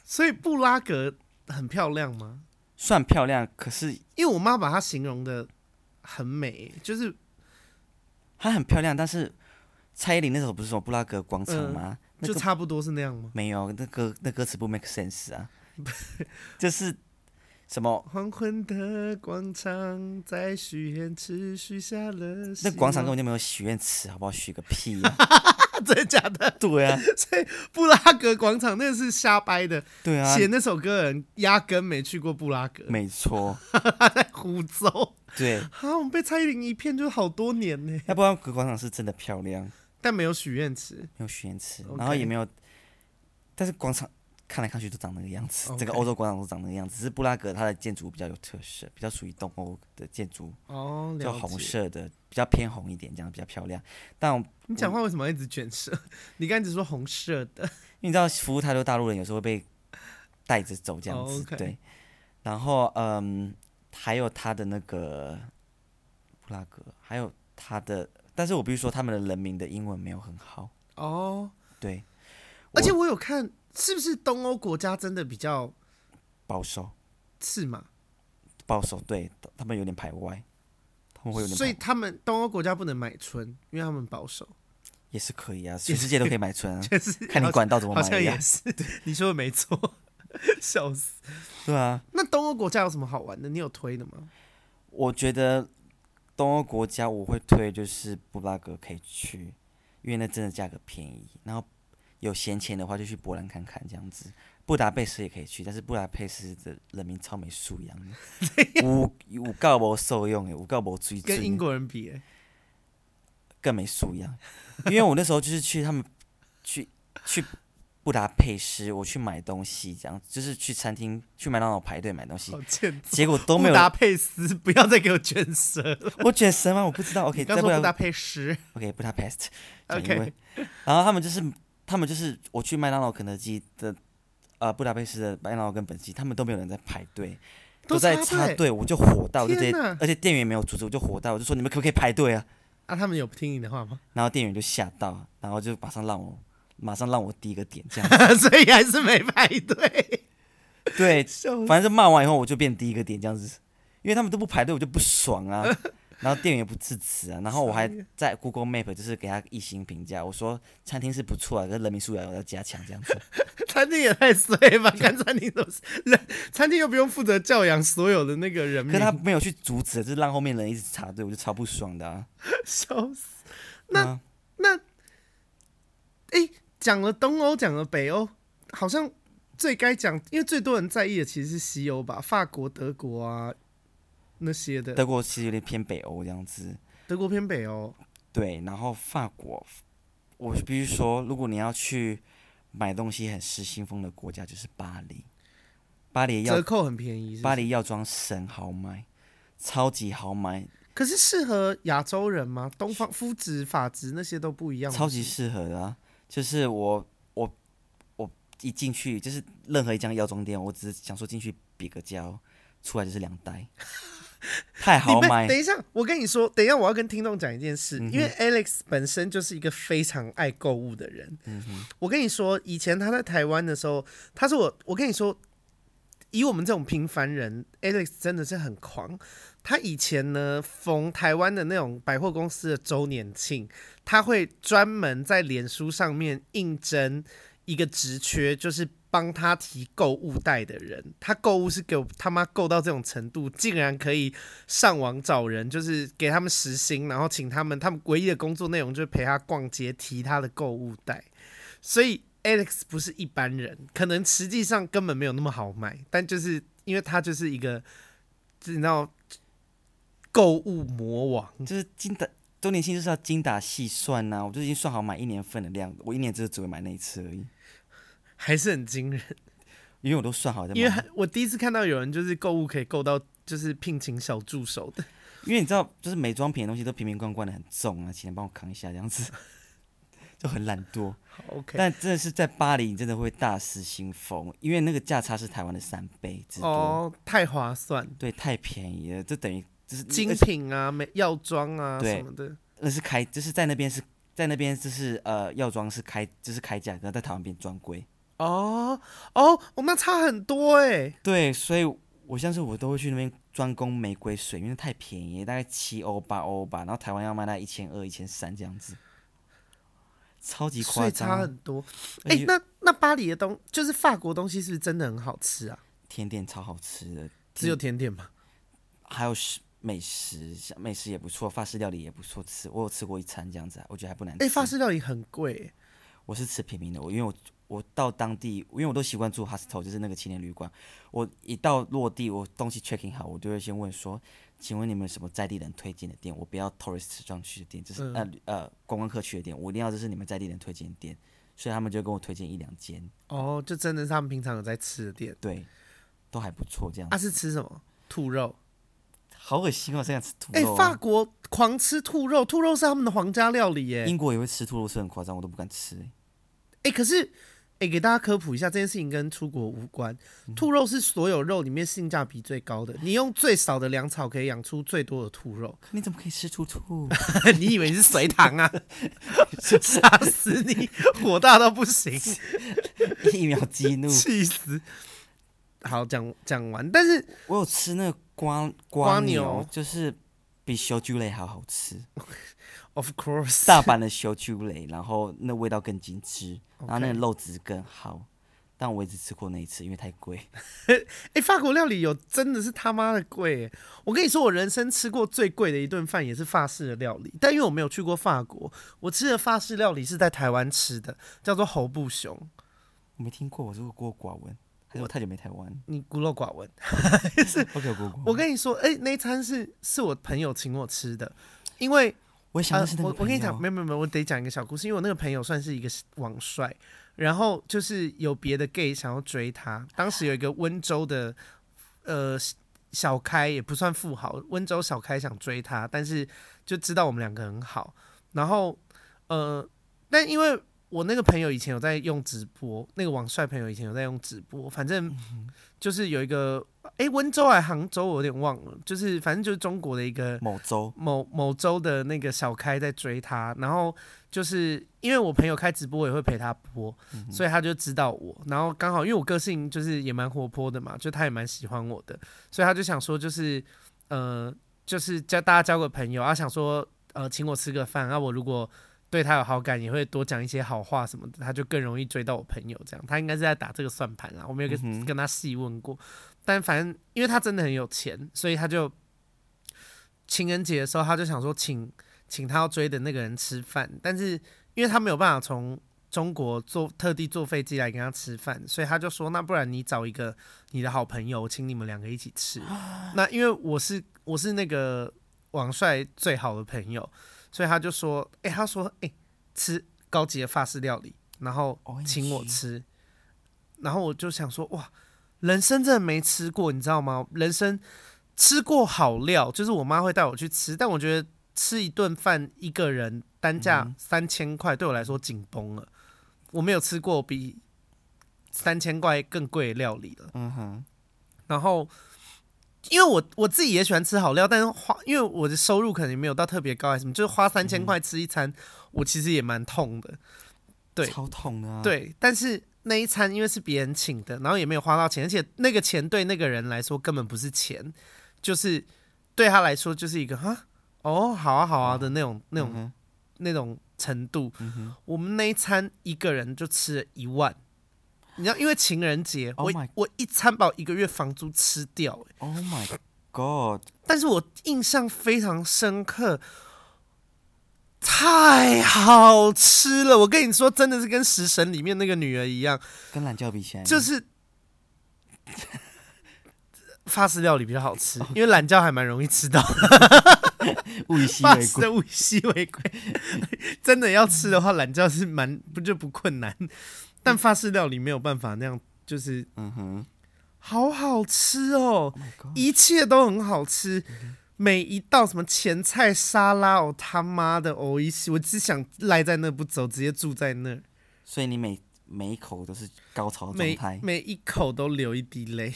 所以布拉格很漂亮吗？
算漂亮，可是
因为我妈把它形容的很美，就是
它很漂亮，但是蔡依林那首不是说布拉格广场吗？那
嗯就
个
差不多是那样吗？
没有，那歌那歌词不 make sense 啊，就是什么
黄昏的广场在许愿池许下了希
那
望，
广场根本就没有许愿池，好不好？许个屁呀、
啊真的假的？
对啊，
布拉格广场那是瞎掰的，
对啊
写、，那首歌的人压根没去过布拉格，
没错，
他在胡诌。
对，
啊，我们被蔡依林一骗就好多年呢，
要不然格广场是真的漂亮，没
但没有许愿池。
有许愿池
OK
然后也没有，但是广场看来看去都长那个样子
OK
整个欧洲广场都长那个样子，只是布拉格它的建筑比较有特色，比较属于东欧的建筑，
哦，
就
了解。
红色的，比较偏红一点，这样比较漂亮。但我
你讲话为什么要一直卷舌？ 你刚才只说红色
因
的，
为你知道，服务太多大陆人有时候会被带着走这样子
哦，OK
对。然后，嗯，还有他的那个布拉格，还有他的，但是我必须说，他们的人民的英文没有很好，
哦，
对
而且我有看，是不是东欧国家真的比较
保守
是嘛？
保守，对他们有点排外，他们会有点排
所以他们东欧国家不能买春，因为他们保守。
也是可以啊，全世界都可以买春啊，
确实，
看你管道怎么
好像
买一样
也是， 你说的没错，笑死。
对啊，
那东欧国家有什么好玩的？你有推的吗？
我觉得东欧国家我会推就是布拉格可以去，因为那真的价格便宜。然后有闲钱的话就去波兰看看这样子。布达佩斯也可以去，但是布达佩斯的人民超没素 养的，有有够无受用诶，有够无水
跟英
准的，
国人比、欸，
更没素养。因为我那时候就是去他们去去布达佩斯，我去买东西这样，就是去餐厅去麦当劳排队买东西
好，欠。
结果 都没
哦布
有。
达佩斯， 不要再给我卷舌了。
我卷舌吗？我不知道。OK，
刚
再
说
不
布
然
达佩斯，
OK Budapest 讲
OK
英文，然后他们就是他们就是我去麦当劳、肯德基的呃布达佩斯的麦当劳跟本基，他们都没有人在排队，
都
在
插
插队，我就火大，我就直
天
接
哪，
而且店员没有阻止，我就火大，我就说你们可不可以排队啊？
啊，他们有听你的话吗？
然后店员就吓到，然后就马上让我马上让我第一个点 这样，
所以还是没排 队。
对，
笑死
反正就骂完以后我就变第一个点这样子，因为他们都不排队，我就不爽啊。然后店员也不支持啊，然后我还在 Google Map 就是给他一星评价，我说餐厅是不错啊，可是人民素养要加强这样子。
餐厅也太衰 吧！看餐厅都是人，餐厅又不用负责教养所有的那个人
可
民
是，他没有去阻止，就是让后面人一直插队，我就超不爽的啊。
笑死。那
啊
那，哎、讲了东欧，讲了北欧，好像最该讲，因为最多人在意的其实是西欧吧，法国、德国啊那些的。
德国其实有点偏北欧这样子，
德国偏北哦欧，
对。然后法国，我必须说，如果你要去买东西很失心疯的国家，就是巴黎。巴黎的
折
药
扣很便宜是不
巴
是
黎药妆神好买，超级好买，
可是适合亚洲人吗？东方肤质、发质那些都不一样。
超级适合的啊。就是我我我一进去，就是任何一家药妆店，我只是想说进去比个价，出来就是两袋， 太
你
好
们
买。
等一下，我跟你说，等一下我要跟听众讲一件事，
嗯哼
因为 Alex 本身就是一个非常爱购物的人。
嗯
我跟你说，以前他在台湾的时候，他是我，我跟你说，以我们这种平凡人，Alex 真的是很狂。他以前呢，逢台湾的那种百货公司的周年庆，他会专门在脸书上面应征一个职缺，就是帮他提购物袋的人。他购物是给我他妈购到这种程度，竟然可以上网找人，就是给他们时薪，然后请他们，他们唯一的工作内容就是陪他逛街，提他的购物袋。所以 Alex 不是一般人，可能实际上根本没有那么好买，但就是因为他就是一个，你知道，购物魔王。
就是精打周年庆就是要精打细算呐、我就已经算好买一年份的量，我一年只只会买那一次而已，
还是很惊人，
因为我都算好在买。
因为我第一次看到有人就是购物可以购到就是聘请小助手的，
因为你知道，就是美妆品的东西都瓶瓶罐罐的很重啊，请人帮我扛一下这样子，就很懒惰。
好 OK，
但真的是在巴黎，你真的会大失心疯，因为那个价差是台湾的三倍之多，
哦，太划算，
对，太便宜了，这等于就是
精
而且
品啊、美药妆啊
对
什么的，
那是开，就是在那边是。在那边就是呃药妆是开就是开价，然后在台湾变专柜。
哦哦哦，那差很多哎、
对，所以我像是我都会去那边专攻玫瑰水，因为太便宜，大概七欧八欧吧，然后台湾要卖到一千二、一千三这样子，超级
所
夸
以差
张。
很多。
而
哎、
且
那那巴黎的东就是法国东西是不是真的很好吃啊？
甜点超好吃的，
只有甜点吗？
还有食美食，像美食也不错，法式料理也不错吃，我有吃过一餐这样子啊，我觉得还不难吃。
哎、法式料理很贵欸、
我是吃平民的，我因为我我到当地，因为我都习惯住 hostel，就是那个青年旅馆。我一到落地，我东西 checking 好，我就会先问说，请问你们有什么在地人推荐的店？我不要 tourist 专区的店，就是、
嗯
呃呃观光客去的店，我一定要就是你们在地人推荐的店。所以他们就跟我推荐一两间，
哦，就真的是他们平常有在吃的店。
对，都还不错这样。
啊，是吃什么？兔肉。啊
好恶心哦，这样吃兔
哎、
肉、
法
啊。
国狂吃兔肉，兔肉是他们的皇家料理耶、
英国也会吃兔肉，是很夸张，我都不敢吃、欸
哎、可是哎、给大家科普一下，这件事情跟出国无关。兔肉是所有肉里面性价比最高的，你用最少的粮草可以养出最多的兔肉。
你怎么可以吃兔兔？
你以为你是隋唐啊？杀死你，火大到不行，
一秒激怒。
气死！好，讲讲完，但是
我有吃那个瓜
瓜
瓜
牛
牛，就是比修猪雷还好吃，
of course，
大阪的修猪雷，然后那味道更精致，然后那个
OK
肉质更好。但我也只吃过那一次，因为太贵。
哎、法国料理有真的是他妈的贵耶！我跟你说，我人生吃过最贵的一顿饭也是法式的料理，但因为我没有去过法国，我吃的法式料理是在台湾吃的，叫做猴不熊。
我没听过，我是过寡闻，还是我太久没台湾？
你孤陋寡闻，
我给我过
我
我
跟你说，哎、那一餐是是我朋友请我吃的，因为
我想的是那个
呃我我跟你讲，
朋
没
友
有没有没有，我得讲一个小故事，因为我那个朋友算是一个网帅，然后就是有别的 gay 想要追他，当时有一个温州的呃小开也不算富豪，温州小开想追他，但是就知道我们两个很好，然后呃，但因为我那个朋友以前有在用直播，那个网帅朋友以前有在用直播，反正
嗯
就是有一个诶，温州还是杭州，我有点忘了，就是反正就是中国的一个
某州，
某某州的那个小开在追他，然后就是因为我朋友开直播，我也会陪他播，
嗯
所以他就知道我。然后刚好因为我个性就是也蛮活泼的嘛，就他也蛮喜欢我的，所以他就想说就是呃，就是交大家交个朋友，他、想说呃请我吃个饭，啊我如果对他有好感，也会多讲一些好话什么的，他就更容易追到我朋友。这样他应该是在打这个算盘啦，我没有跟、
嗯哼
跟他细问过，但反正因为他真的很有钱，所以他就。情人节的时候，他就想说请请他要追的那个人吃饭，但是因为他没有办法从中国坐特地坐飞机来跟他吃饭，所以他就说那不然你找一个你的好朋友，请你们两个一起吃。那因为我是我是那个王帅最好的朋友，所以他就说，诶，他说，诶，吃高级的法式料理，然后
OMG
请我吃，然后我就想说，哇，人生真的没吃过，你知道吗？人生吃过好料，就是我妈会带我去吃，但我觉得吃一顿饭一个人单
嗯
价三千块，对我来说紧绷了。我没有吃过比三千块更贵的料理了。
嗯哼，
然后，因为我我自己也喜欢吃好料，但是花因为我的收入可能也没有到特别高还是什么，就是花三
嗯
千块吃一餐，我其实也蛮痛的。对
超痛的、啊。，
对，但是那一餐因为是别人请的，然后也没有花到钱，而且那个钱对那个人来说根本不是钱，就是对他来说就是一个哈哦好啊好啊的那种那种、
嗯
那种程度。我们那一餐一个人就吃了一万。你知道，因为情人节
Oh
我
my-
我一餐把我一个月房租吃掉、欸
Oh my God！
但是我印象非常深刻，太好吃了！我跟你说，真的是跟《食神》里面那个女儿一样，
跟懒觉比起来，
就是 法式料理比较好吃，因为懒觉还蛮容易吃到，
物以稀
法
为
式
贵。
的物以稀为贵。 真的要吃的话，懒觉是蛮不就不困难，但法式料理没有办法那样，就是
嗯哼
好好吃哦。
，Oh my God！
一切都很好吃，每一道什么前菜、沙拉，我、他妈的，哦一西，我只想赖在那不走，直接住在那儿，
所以你每每一口都是高潮状
每
态，
每一口都流一滴泪，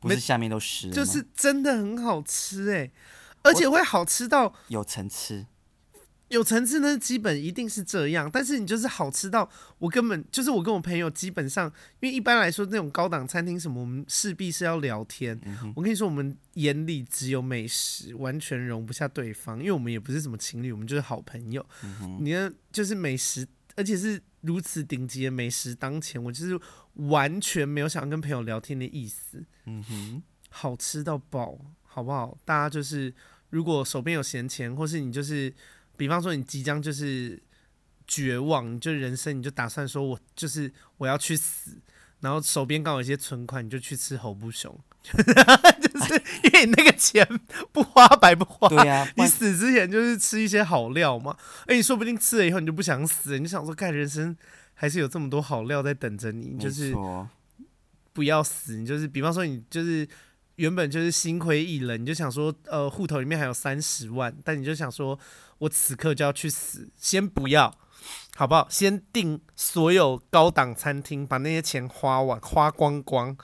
不是下面都湿了吗，
就是真的很好吃哎、而且会好吃到
有层次。
有层次，那是基本一定是这样。但是你就是好吃到我根本就是我跟我朋友基本上，因为一般来说那种高档餐厅什么，我们势必是要聊天。我跟你说，我们眼里只有美食，完全容不下对方，因为我们也不是什么情侣，我们就是好朋友。你呢，就是美食，而且是如此顶级的美食当前，我就是完全没有想要跟朋友聊天的意思。
嗯哼，
好吃到爆，好不好？大家就是如果手边有闲钱，或是你就是，比方说你即将就是绝望，你就人生你就打算说我就是我要去死，然后手边刚好有一些存款，你就去吃猴不熊， 就是因为你那个钱不花白不花。
对啊呀、不然
你死之前就是吃一些好料嘛，哎，你说不定吃了以后你就不想死，你就想说，看人生还是有这么多好料在等着你，就
没
是
错
不要死，你就是比方说你就是原本就是心灰意冷，你就想说呃户头里面还有三十万，但你就想说我此刻就要去死，先不要，好不好？先订所有高档餐厅，把那些钱花完花光光，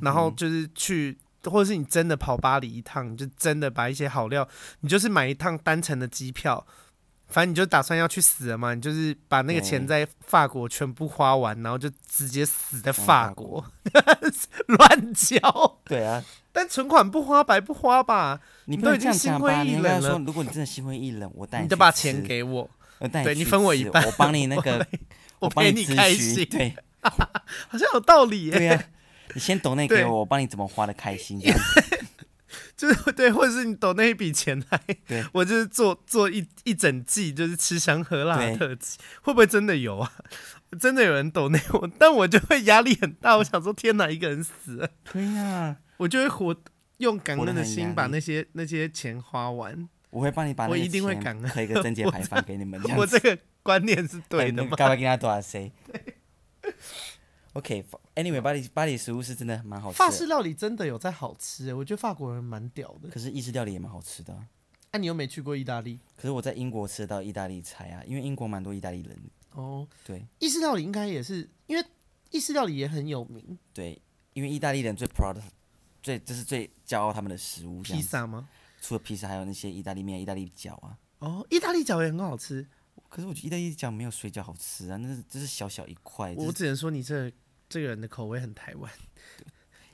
然后就是去，或者是你真的跑巴黎一趟，你就真的把一些好料，你就是买一趟单程的机票，反正你就打算要去死了嘛，你就是把那个钱
嗯
在法国全部花完，然后就直接死在
哦法
法国， 乱交。
对啊，
但存款不花白不花吧？
你
你
不
都
能这
已经
样
心
讲
灰
吧？
意
你应
冷
该
了
说，如果你真的心灰意冷，我带
你
去
就把钱
吃，
给我，
我带
对
你
你
去
分我一
吃
半
我帮你那个，
我
帮
陪你开
咨询，
心，
对
好像有道理耶、
对呀，你先懂那
对
给我，我帮你怎么花的开心 这样子，
就是 对，或者是你抖那一笔钱来，
对
我就是做做一一整季，就是吃香喝辣的
对
特辑，会不会真的有啊？真的有人抖那我，但我就会压力很大，我想说天哪，一个人死了，
对呀，
我就会活用感恩的
活得很压
心
力
把那些那些钱花完，
我会帮你把那
我
个
一定会
钱
感恩
可以个贞节牌坊给你们这样
我
子哎
这。个观念是 对的吗？
该不给他多少 C ？OK，Anyway，巴黎巴黎食物是真的蛮好吃
法
的，
式料理真的有在好吃耶，我觉得法国人蛮屌的。
可是意式料理也蛮好吃的啊、
哎、你又没去过意大利
可是我在英国吃得到意大利菜啊，因为英国蛮多意大利人的。
哦？
对
意式料理应该也是，因为意式料理也很有名，
对，因为意大利人最 proud，最这是最骄傲他们的食物这
披
样子。
萨吗？
除了披萨，还有那些意大利面、意大利饺啊。
哦，意大利饺也很好吃。
可是我觉得意大利饺没有水饺好吃啊，那是这是小小一块，就
我
是
只能说你这这个人的口味很台湾，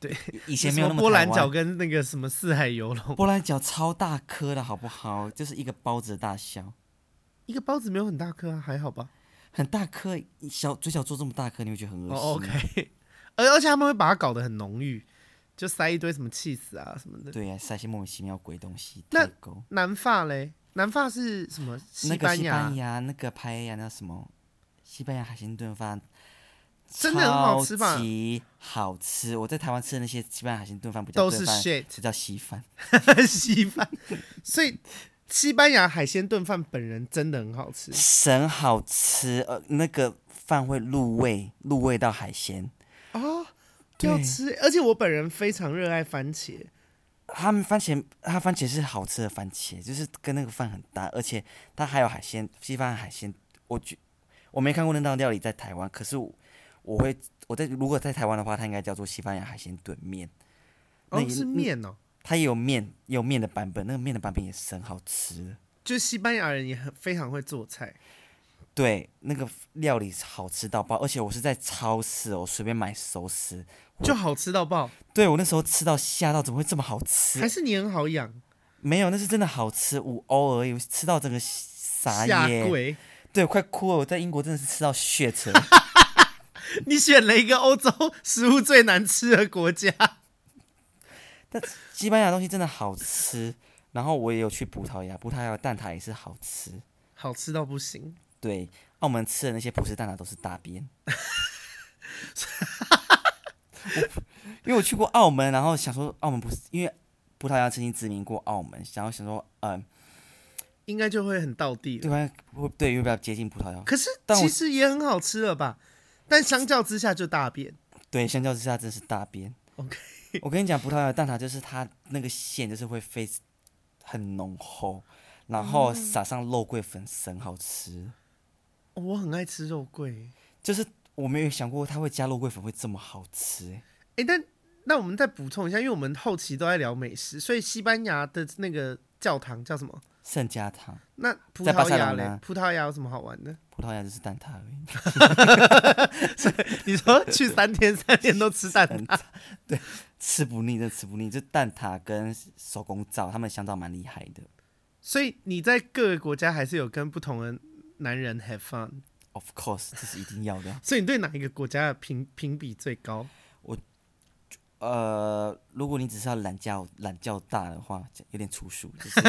以
以
前没有那么
波兰
台湾
饺跟那个什么四海游龙，
波兰饺超大颗的好不好？就是一个包子的大小，
一个包子没有很大颗啊，还好吧？
很大颗，一小嘴角做这么大颗，你会觉得很恶心。
哦，OK，而而且他们会把它搞得很浓郁，就塞一堆什么 cheese 啊什么的。
对呀、塞一些莫名其妙鬼东西，
那
代沟。
南法嘞，南法是什么？
那
西
个
班
西
牙，
班牙那个拍呀，那什么，西班牙海鲜炖饭
真的很好吃吧
超级好吃！我在台湾吃的那些西班牙海鲜炖饭不叫
都是
炖饭，
shit
这叫稀饭。
西饭，所以西班牙海鲜炖饭本人真的很好吃。
神好吃，呃，那个饭会入味，入味到海鲜。对
要吃，而且我本人非常热爱番茄，
他们番茄，它番茄是好吃的番茄，就是跟那个饭很搭，而且它还有海鲜，西班牙海鲜，我觉我没看过那道料理在台湾，可是我我会我在如果在台湾的话，它应该叫做西班牙海鲜炖面，那
哦，
你
是面哦，
它也有面也有面的版本，那个面的版本也是很好吃，
就西班牙人也很非常会做菜。
对，那个料理是好吃到爆，而且我是在超市哦随便买熟食，
就好吃到爆，
对我那时候吃到吓到，怎么会这么好
还
吃？
是你很好养，
没有，那是真的好吃，五欧而已，我吃到整个傻
下
眼。
跪。
对，快哭了！我在英国真的是吃到血 车，
你选了一个欧洲 食物最难吃的国家，
西班牙东西真的好吃。然后我也有去葡萄牙，葡萄牙的蛋挞也是好吃。
好吃到不行。
对，澳门吃的那些葡式蛋挞都是大便。我因为我去过澳门，然后想说澳门不是因为葡萄牙曾经殖民过澳门，然后想说，嗯、
应该就会很到地
对
了。
吧？会对，又比较接近葡萄牙。
可是
但我
其实也很好吃了吧？但相较之下就大便。
对，相较之下真是大便。
OK
我跟你讲，葡萄牙的蛋挞就是它那个馅就是会非很浓厚，然后撒上肉桂粉，神好吃。
哦我很爱吃肉桂，
就是我没有想过它会加肉桂粉会这么好吃、欸，
诶，但那我们再补充一下，因为我们后期都在聊美食，所以西班牙的那个教堂叫什么？
圣家堂。
那葡
在巴
萄
塞
牙
隆
嘞
纳？
葡萄牙有什么好玩的？
葡萄牙就是蛋挞而已，
你说去三天三天都吃蛋 挞，
吃不腻，真的吃不腻。就蛋挞跟手工皂，他们香皂蛮厉害的。
所以你在各个国家还是有跟不同的男人 have fun。
Of course，这是一定要的啊。
所以你对哪一个国家的评评比最高？
呃，如果你只是要懒觉懒觉大的话，这有点粗俗。就是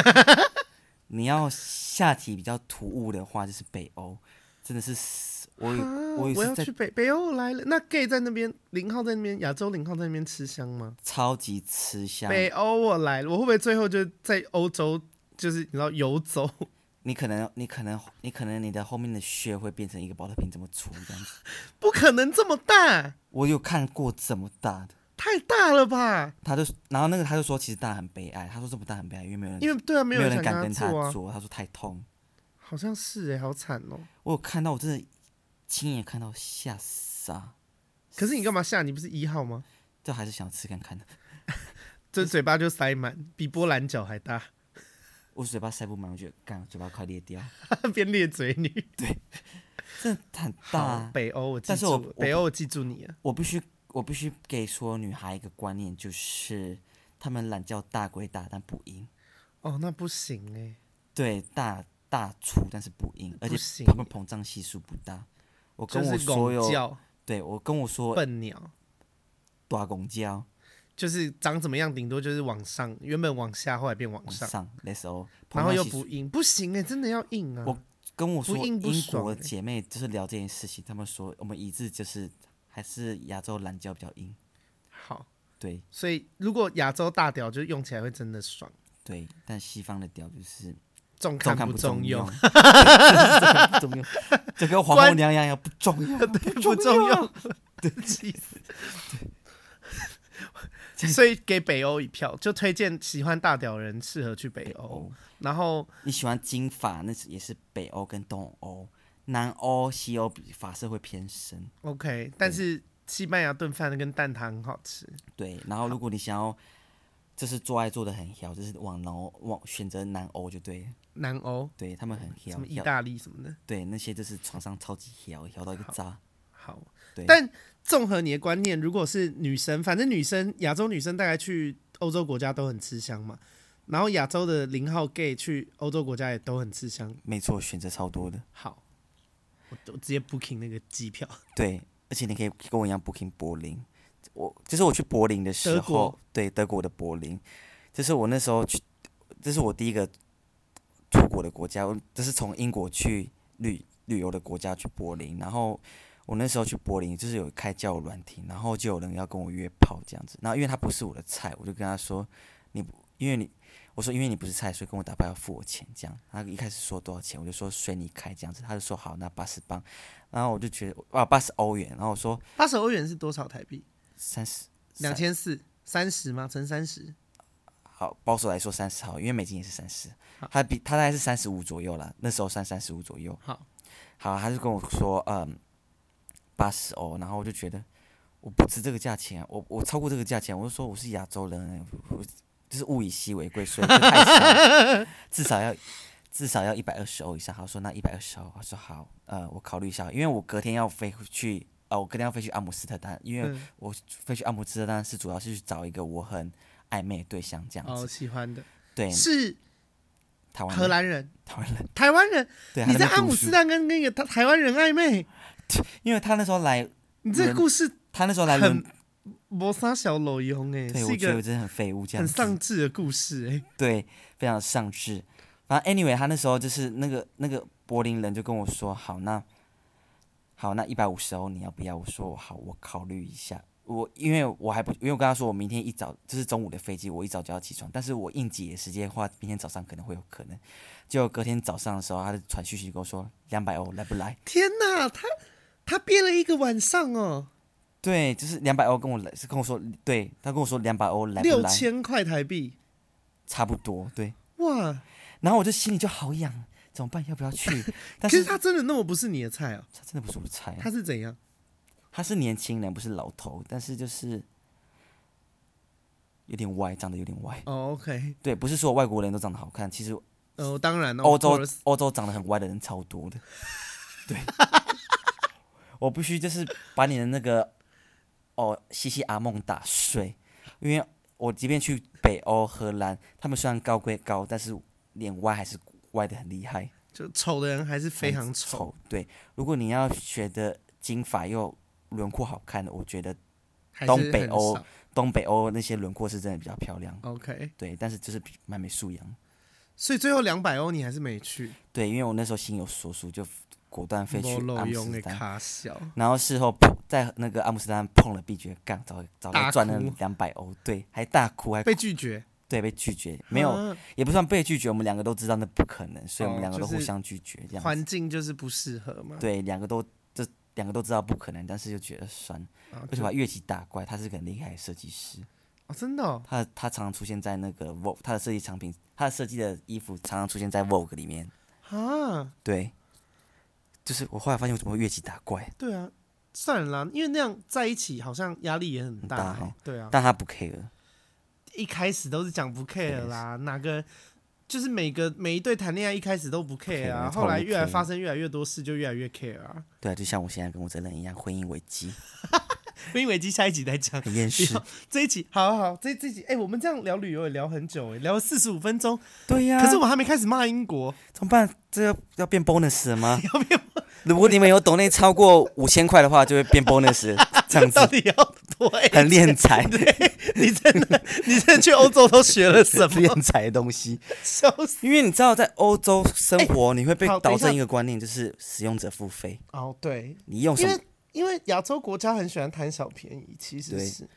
你要下体比较突兀的话，就是北欧，真的是死我有
啊
我也
我要
是
去
在
北北欧来了。那 gay 在那边，零号在那边，亚洲零号在那边吃香吗？
超级吃香。
北欧我来了，我会不会最后就在欧洲，就是你知道游走？
你可能你可能你可能你的后面的血会变成一个保特瓶这么粗这样子。
不可能这么大，
我有看过这么大的，
太大了吧？
他就然后那个他就说其实大很悲哀，他说这么大很悲哀，因为没有人
因为对啊，
嗯没
没有人
人
想
敢
跟
跟
他
他
做啊，
做，他说太痛。
好像是哎、好惨哦、
我有看到，我真的亲眼看到吓傻，
可是你干嘛下？你不是一号吗？
这还是想吃看看的。
这嘴巴就塞满，比波兰脚还大，
我嘴巴塞不满，我觉得干嘴巴快裂掉，
变裂嘴女。
真的很
好
大。
北欧我记住，
但是我我
北欧我记住你了。
我必须我必须给所有女孩一个观念，就是她们懒觉大归大，但不硬。
哦，那不行哎、
对，大大粗但是不硬，而且
不行
她们膨胀系数不大。我跟
就
我
是
所
拱
有，
叫
对我跟我说
笨鸟，
大公交
就是长怎么样，顶多就是往上，原本往下，后来变往
往
上，
上那时候，膨
然后
胀
又
系
不硬，不行哎、真的要硬啊！
我跟我
不
说，
硬不
英
爽
国
欸
姐妹就是聊这件事情，她们说我们一致就是还是亚洲懒觉比较硬。
好，
对
所以如果亚洲大屌，就用起来会真的爽，
对，但西方的屌就是
重
重
看
看
不
不重
用
用，， 就是重看不重用，就跟皇后
关
娘娘一样不重 用，不
不重要，对不起。所以给北欧一票，就推荐喜欢大屌的人适合去北欧。
欧。
然后
你喜欢金发，那是也是北欧跟东欧、南欧、西欧比发色会偏深。
OK，但是西班牙炖饭跟蛋挞很好吃。
对，然后如果你想要，就是做爱做的很挑，就是往南欧往选择南欧就对了，
南欧
对他们很挑
什么，意
挑
大利什么的，
对那些就是床上超级挑，挑到一个渣。
好
对。
但综合你的观念，如果是女生，反正女生亚洲女生大概去欧洲国家都很吃香嘛，然后亚洲的零号 gay 去欧洲国家也都很吃香。
没错，选择超多的。
好，我我直接 booking 那个机票，
对，而且你可以跟我一样 booking 柏林。我就是我去柏林的时
德
候
国，
对德国的柏林，这是我那时候去，这是我第一个出国的国家，我这是从英国去旅旅游的国家去柏林。然后我那时候去柏林，就是有开交友软体，然后就有人要跟我约炮这样子。然后因为他不是我的菜，我就跟他说：“你不因为你我说因为你不是菜，所以跟我打牌要付我钱这样。”他一开始说多少钱，我就说随你开这样子，他就说好，那八十磅。然后我就觉得哇，八十欧元，然后我说
八十欧元是多少台币？
三十
两千四，三十吗？乘三十，
好，保守来说三十好，因为美金也是三十，他比他大概是三十五左右啦，那时候算三十五左右。
好，
好，他就跟我说，嗯，八十欧，然后我就觉得我不值这个价钱啊，我我超过这个价钱，我就说我是亚洲人，我我就是物以稀为贵，所以这太少了，至少要至少要一百二十欧以上。他说那一百二十欧，我说好，呃，我考虑一下，因为我隔天要飞回去，呃，我隔天要飞去阿姆斯特丹，因为
嗯
我飞去阿姆斯特丹是主要是去找一个我很暧昧的对象这样子。
哦，喜欢的
对，
是
台湾
荷
人，
兰人、
台湾人，
台湾人，
对，
你
还
在
那边
阿
读
姆
书
斯，特丹跟那个台台湾人暧昧，
因为他那时候来，
你这
嗯
个故事
他那时候来伦
很，磨砂小裸用哎，
对
是
我
一
觉得我
个
真的很废物这样
很
子，
丧志的故事哎、
对，非常上智。反正 anyway，他那时候就是那个那个柏林人就跟我说，好，那好，那一百五十欧你要不要？我说好，我考虑一下。我因为我还不，因为我跟他说我明天一早就是中午的飞机，我一早就要起床，但是我应急的时间的话，明天早上可能会有可能。结果隔天早上的时候，他就传讯息跟我说两百欧来不来？
天哪，他他憋了一个晚上哦，
对，就是两百欧跟我来是跟我说，对他跟我说两百欧来不
六
来？
千块台币，
差不多，对。
哇！
然后我就心里就好痒，怎么办？要不要去？但是
可
哎
是他真的那么不是你的菜哦，
他真的不是我的菜，
他是怎样？
他是年轻人，不是老头，但是就是有点歪，长得有点歪。
哦，OK，
对，不是所有外国人都长得好看，其实
哦，当然 哦，
欧洲
of course
欧洲长得很歪的人超多的。 对，我必须就是把你的那个哦西西阿梦打碎，因为我即便去北欧荷兰，他们虽然高归高，但是脸歪还是歪的很厉害。
就丑的人还是非常丑，
丑。对，如果你要学的金发又轮廓好看的，我觉得
还是
东北
很
欧
少
东北欧那些轮廓是真的比较漂亮。
OK，
对，但是就是比蛮没素养。
所以最后两百欧你还是没去，
对，因为我那时候心有所属，就果断飞去
没
阿
漏
姆
用
斯
的
丹。
卡小，
然后事后碰在那个阿姆斯特丹碰了壁绝杠，早早
大
就赚了
哭
两百欧，对，还大哭，还
被拒绝，
对被拒绝，没有
啊
也不算被拒绝，我们两个都知道那不可能，所以我们
哦
两个
就
都互
是
相拒绝这样子。
环境就是不适合嘛，
对，两个都这两个都知道不可能，但是又觉得酸。
啊，
而且
就
把乐器打怪，他是个很厉害的设计师，
哦，真的哦，
他他常常出现在那个 Vogue，他的设计产品，他的设计的衣服常常出现在 Vogue 里面，
啊啊，
对，就是我后来发现我怎么会越级打怪，
对啊，算了啦，因为那样在一起好像压力也很大、
很大哦
对啊，
但他不 care。
一开始都是讲不 care 啦，哪个就是每个每一对谈恋爱一开始都不 care 啊，
没错
后来越来
不 care
发生越来越多事，就越来越 care 啊。
对啊，就像我现在跟我真人一样，婚姻危机
婚姻危机下一集再讲，
很厌世。
这一集好好，这这一集哎、我们这样聊旅游也聊很久哎、聊了四十五分钟，
对啊呀、
可是我们还没开始骂英国，
怎么办？这要要变 bonus 了 吗？如果你们有抖内超过五千块的话，就会变 bonus，这样
到
子
底要多哎、
很敛 财、
你真的你真的去欧洲都学了什 么？
敛财的东西。
笑死！
因为你知道，在欧洲生活，你会被
好等一
导
下
正一个观念，就是使用者付费。
哦，对，
你用什
因
么
为？因为亚洲国家很喜欢贪小便宜，其实
对
是，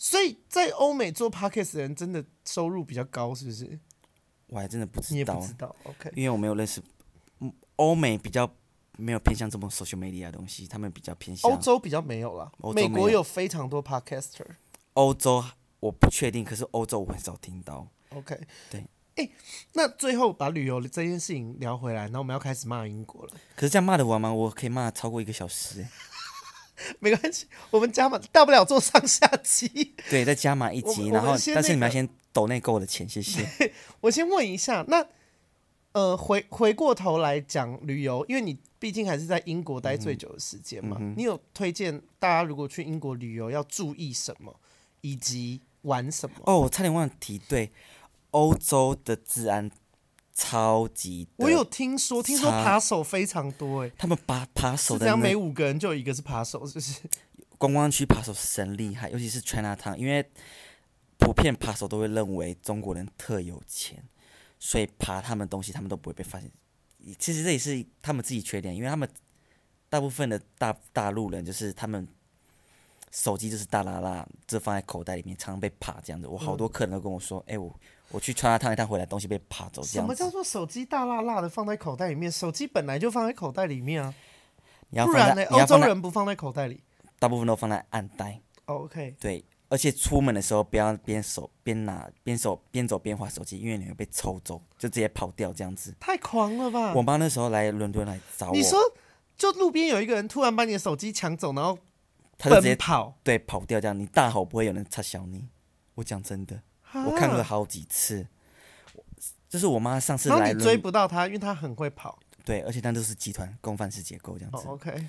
所以在欧美做 podcast 的人真的收入比较高，是不是？
我还真的不知
你也
道
不，知道，OK？啊
因为我没有认识。嗯欧美比较没有偏向这么 social media 的东西，他们比较偏向
啊欧洲比较没有啦，
欧洲没
美
有
国有非常多 podcaster，OK？、
欧洲我不确定，可是欧洲我很少听到。
OK
对，
哎、那最后把旅游这件事情聊回来，然后我们要开始骂英国了，
可是这样骂得完吗？我可以骂超过一个小时、欸。
没关系，我们加码，大不了做上下集。
对，再加码一
我们
集，
我
然
们
后
先
但是
那
你们要
个
先抖内购我的钱，谢 谢。
我先问一下，那呃，回回过头来讲旅游，因为你毕竟还是在英国待最久的时间嘛，
嗯
你有推荐大家如果去英国旅游要注意什么，以及玩什么？
哦，我差点忘了提，对，欧洲的治安超级的，
我有听说，听说
差
扒手非常多、欸，
他们把扒
是
手
这
的
样，每
那
五个人就有一个是扒手，是不是？
观光区扒手是很厉害，尤其是 China Town，因为普遍扒手都会认为中国人特有钱，所以扒他们东西他们都不会被发现。其实这也是他们自己缺点，因为他们大部分的大大陆人就是他们手机就是大拉拉，这放在口袋里面，常常被扒这样子。我好多客人都跟我说，哎、我我去 China Town 一趟回来，东西被扒走这
嗯什
样
么
子
叫。做手机大辣辣的放在口袋里面？手机本来就放在口袋里面啊，
你要
不
放
然
在
呢？
你
欧
要
洲
放在
人不放在口袋里。
大部分都放在暗袋，
哦 OK，
对。而且出门的时候不要边手边拿边手边走边划手机，因为你会被抽走，就直接跑掉这样子。
太狂了吧！
我妈那时候来伦敦来找我，
嗯你说，就路边有一个人突然把你的手机抢走，然后
她就直接
跑。
对跑掉这样，你大吼不会有人插小你。我讲真的，我看过
啊
好几次，就是我妈上次
然后
来
你追
伦
不到他，因为他很会跑。
对，而且那都是集团共犯式结构这样
哦
子。
，OK，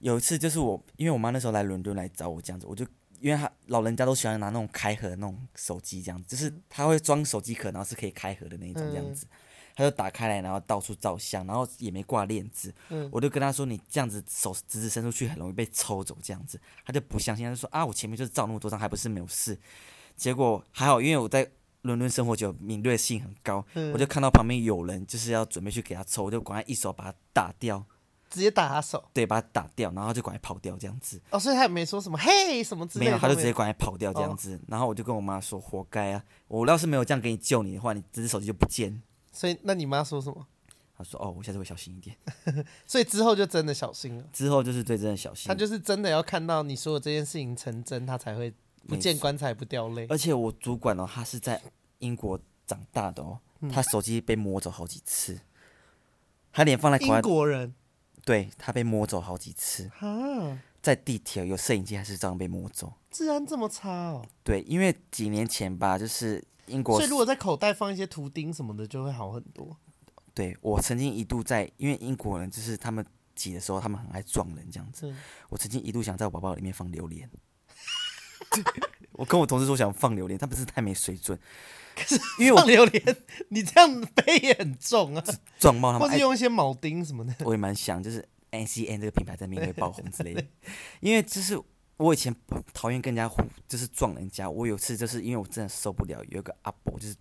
有一次就是我，因为我妈那时候来伦敦来找我这样子，我就因为她老人家都喜欢拿那种开合的那种手机这样子，就是她会装手机壳，然后是可以开合的那一种这样子，她就打开来，然后到处照相，然后也没挂链子，我就跟她说你这样子手直直伸出去很容易被抽走这样子，她就不相信，她就说啊我前面就是照那么多张还不是没有事，结果还好，因为我在。伦敦生活久，敏锐性很高，我就看到旁边有人就是要准备去给他抽，我就赶快一手把他打掉，
直接打他手。
对，把他打掉，然后就赶快跑掉这样子。
哦，所以他也没说什么嘿什么之类
没
的。
有，他就直接
都
赶快跑掉这
哦
样子。然后我就跟我妈说：“活该啊！我要是没有这样给你救你的话，你这只手机就不见。
所以那你妈说什么？”
她说：“哦，我下次会小心一点。
所以之后就真的小心了。”
之后就是对真的小心
他。就是真的要看到你说的这件事情成真，他才会不见棺材不掉泪。
而且我主管哦，他是在英国长大的哦，
嗯
他手机被摸走好几次，他连放在口
英
袋，
国人
对他被摸走好几次，
啊，
在地铁有摄影机还是照样被摸走。
治安这么差哦。
对，因为几年前吧，就是英国
所以如果在口袋放一些图钉什么的，就会好很多。
对我曾经一度在，因为英国人就是他们挤的时候，他们很爱撞人这样子。
嗯
我曾经一度想在我包包里面放榴莲， 我跟我同事说想放榴莲，他们是太没水准，因为
放
我
榴莲， 你这样背也很重啊，
撞爆他
或
们。
是
哎，
用一些铆钉什么的。
我也蛮想就是 N C N 这个品牌在那边会爆红之类的，因为就是我以前讨厌跟人家互就是撞人家，我有次就是因为我真的受不了，有一个阿伯就是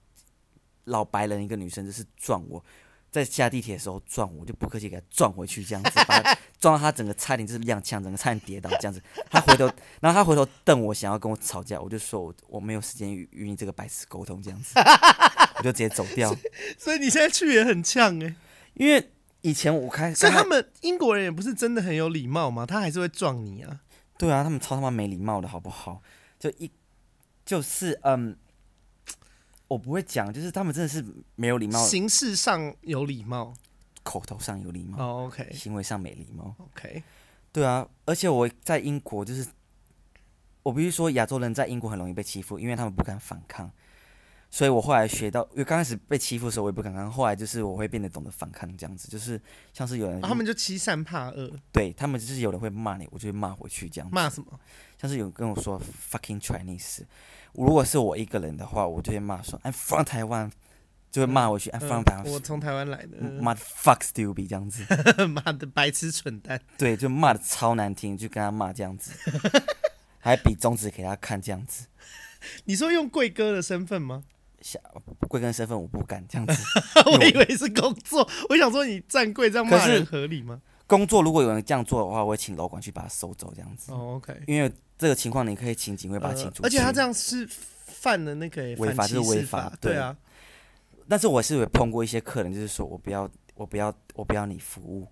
老白人一个女生就是撞我。在下地铁的时候撞我，我就不客气给她撞回去，这样子把她撞到她整个差点就是踉跄，整个差点跌倒这样子。她回头，然后她回头瞪我，想要跟我吵架，我就说我我没有时间与与你这个白痴沟通这样子，我就直接走掉。
所以你现在去也很呛哎、
因为以前我开，
所以他们英国人也不是真的很有礼貌嘛，他还是会撞你啊。
对啊，他们超他妈没礼貌的好不好？就一就是嗯，我不会讲，就是他们真的是没有礼貌，
形式上有礼貌。
口头上有礼貌，
哦，OK
行为上没礼貌。
OK，
对啊，而且我在英国就是，我必须说亚洲人在英国很容易被欺负，因为他们不敢反抗。所以我后来学到，因为刚开始被欺负的时候我也不敢抗，后来就是我会变得懂得反抗，这样子就是像是有人、
啊然后他们就欺善怕恶，
对他们就是有人会骂你，我就会骂回去这样子。
骂什么？
像是有人跟我说 fucking Chinese，如果是我一个人的话，我就会骂说 I'm from Taiwan，就会骂回去 I'm
嗯
from Taiwan，
我嗯从台湾来的，
妈的 fuck stupid 这样 子。
妈的白痴蠢蛋，
对，就骂的超难听，就跟他骂这样 子，还比中指给他看这样子。
你说用贵哥的身 份吗？
贵庚身份我不敢这样子。
我以为是工作，我想说你站柜这样骂人合理吗？
工作如果有人这样做的话，我会请楼管去把他收走这样子。
哦，OK、o k
因为这个情况，你可以请警卫把他请出去。
而且他这，样是犯了那个欸
违法
反歧
这是违
视
法
法，
对
对啊，
但是我是有碰过一些客人，就是说我不要，我不要，我不要你服务，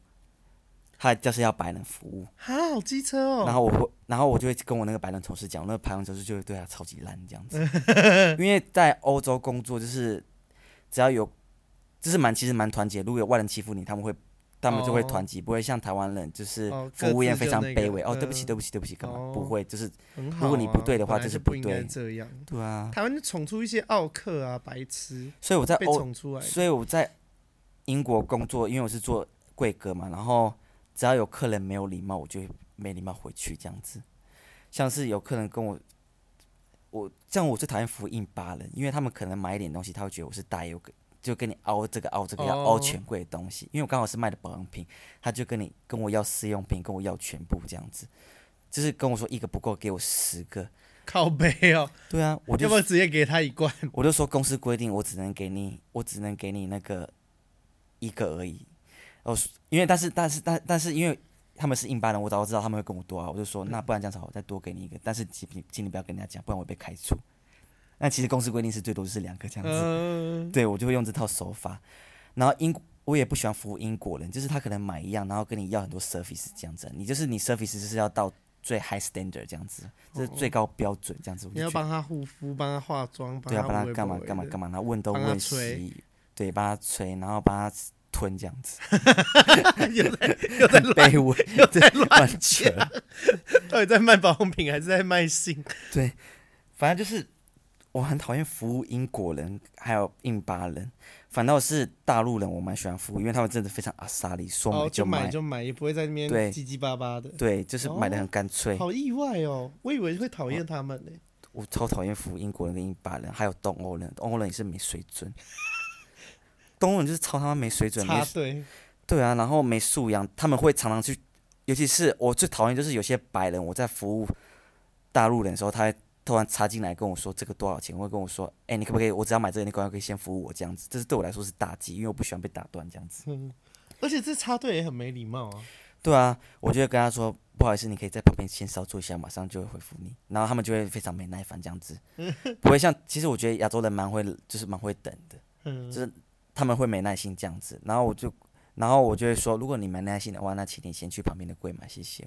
他就是要白人服务。
啊，好机车
然
哦，
后我会，然后我就会跟我那个白人同事讲，我那个白人同事就会对他超级烂这 样子，因为在欧洲工作就是只要有，就是蛮其实蛮团结，如果有外人欺负你，他们会他们就会
哦
团结，不会像台湾人就是
哦
服务
各
业
自
非
就
常
那个
卑微，哦对不起
嗯
对不起对不起干嘛，
哦
不会就是
很好啊、
如果你不对的话
本来
就是
就
不
应该
对
这样。
对啊，
台湾就宠出一些奥克啊，白痴
所以我在
被
欧
宠出来的。
所以我在英国工作，因为我是做贵哥嘛，然后只要有客人没有礼貌，我就会没礼貌回去这样子。像是有客人跟我，我像我最讨厌服务印巴人，因为他们可能买一点东西，他会觉得我是大有个，就跟你凹这个凹这个，要凹
哦
全贵的东西。因为我刚好是卖的保养品，他就跟你跟我要试用品，跟我要全部这样子，就是跟我说一个不够，给我十个。
靠背哦，
对啊，我就
要不要直接给他一 罐？
我就说公司规定，我只能给你，我只能给你那个一个而已。哦，因为但是但是但但是因为他们是印巴人，我早就知道他们会跟我多啊，我就说那不然这样子好，我再多给你一个，但是请你请你不要跟人家讲，不然我会被开除。那其实公司规定是最多就是两个这样子，
嗯、
对我就会用这套手法。然后英我也不喜欢服务英国人，就是他可能买一样，然后跟你要很多 service 这样子，你就是你 service 就是要到最 high standard 这样子，这是最高标准这样子。我
哦你
就
要
觉得
帮他护肤，帮他化妆，帮
对啊，帮
微
他
波
干嘛
微
干嘛
的
干嘛，然后问东
帮他
问
吹
西，对，帮他吹，然后帮他吞这样子，
又 在又在
很卑微，对，乱扯，
到底在卖保养品还是在卖性？
对，反正就是我很讨厌服务英国人还有印巴人，反倒是大陆人我蛮喜欢服务，因为他们真的非常阿萨利，说
哦，
买
就
买，
买就买，也不会在那边
对
唧唧巴巴的。
对，就是买的很干脆。
好意外哦，我以为会讨厌他们呢、
我超讨厌服务英国人跟印巴人，还有东欧人，东欧人也是没水 准，东欧人就是超他妈没水准，没
插队，
对啊，然后没素养，他们会常常去，尤其是我最讨厌就是有些白人，我在服务大陆人的时候，他会突然插进来跟我说这个多少钱，会跟我说，哎、你可不可以，我只要买这个，你可不可以先服务我这样子？这是对我来说是打击，因为我不喜欢被打断这样子。
而且这插队也很没礼貌啊。
对啊，我就会跟他说，不好意思，你可以在旁边先稍坐一下，马上就会回复你。然后他们就会非常没耐烦这样 子，不会像，其实我觉得亚洲人蛮会，就是蛮会等的。
嗯，
就是他们会没耐心这样子，然后我就，然后我就会说，如果你没耐心的话，那请你先去旁边的柜买，谢谢。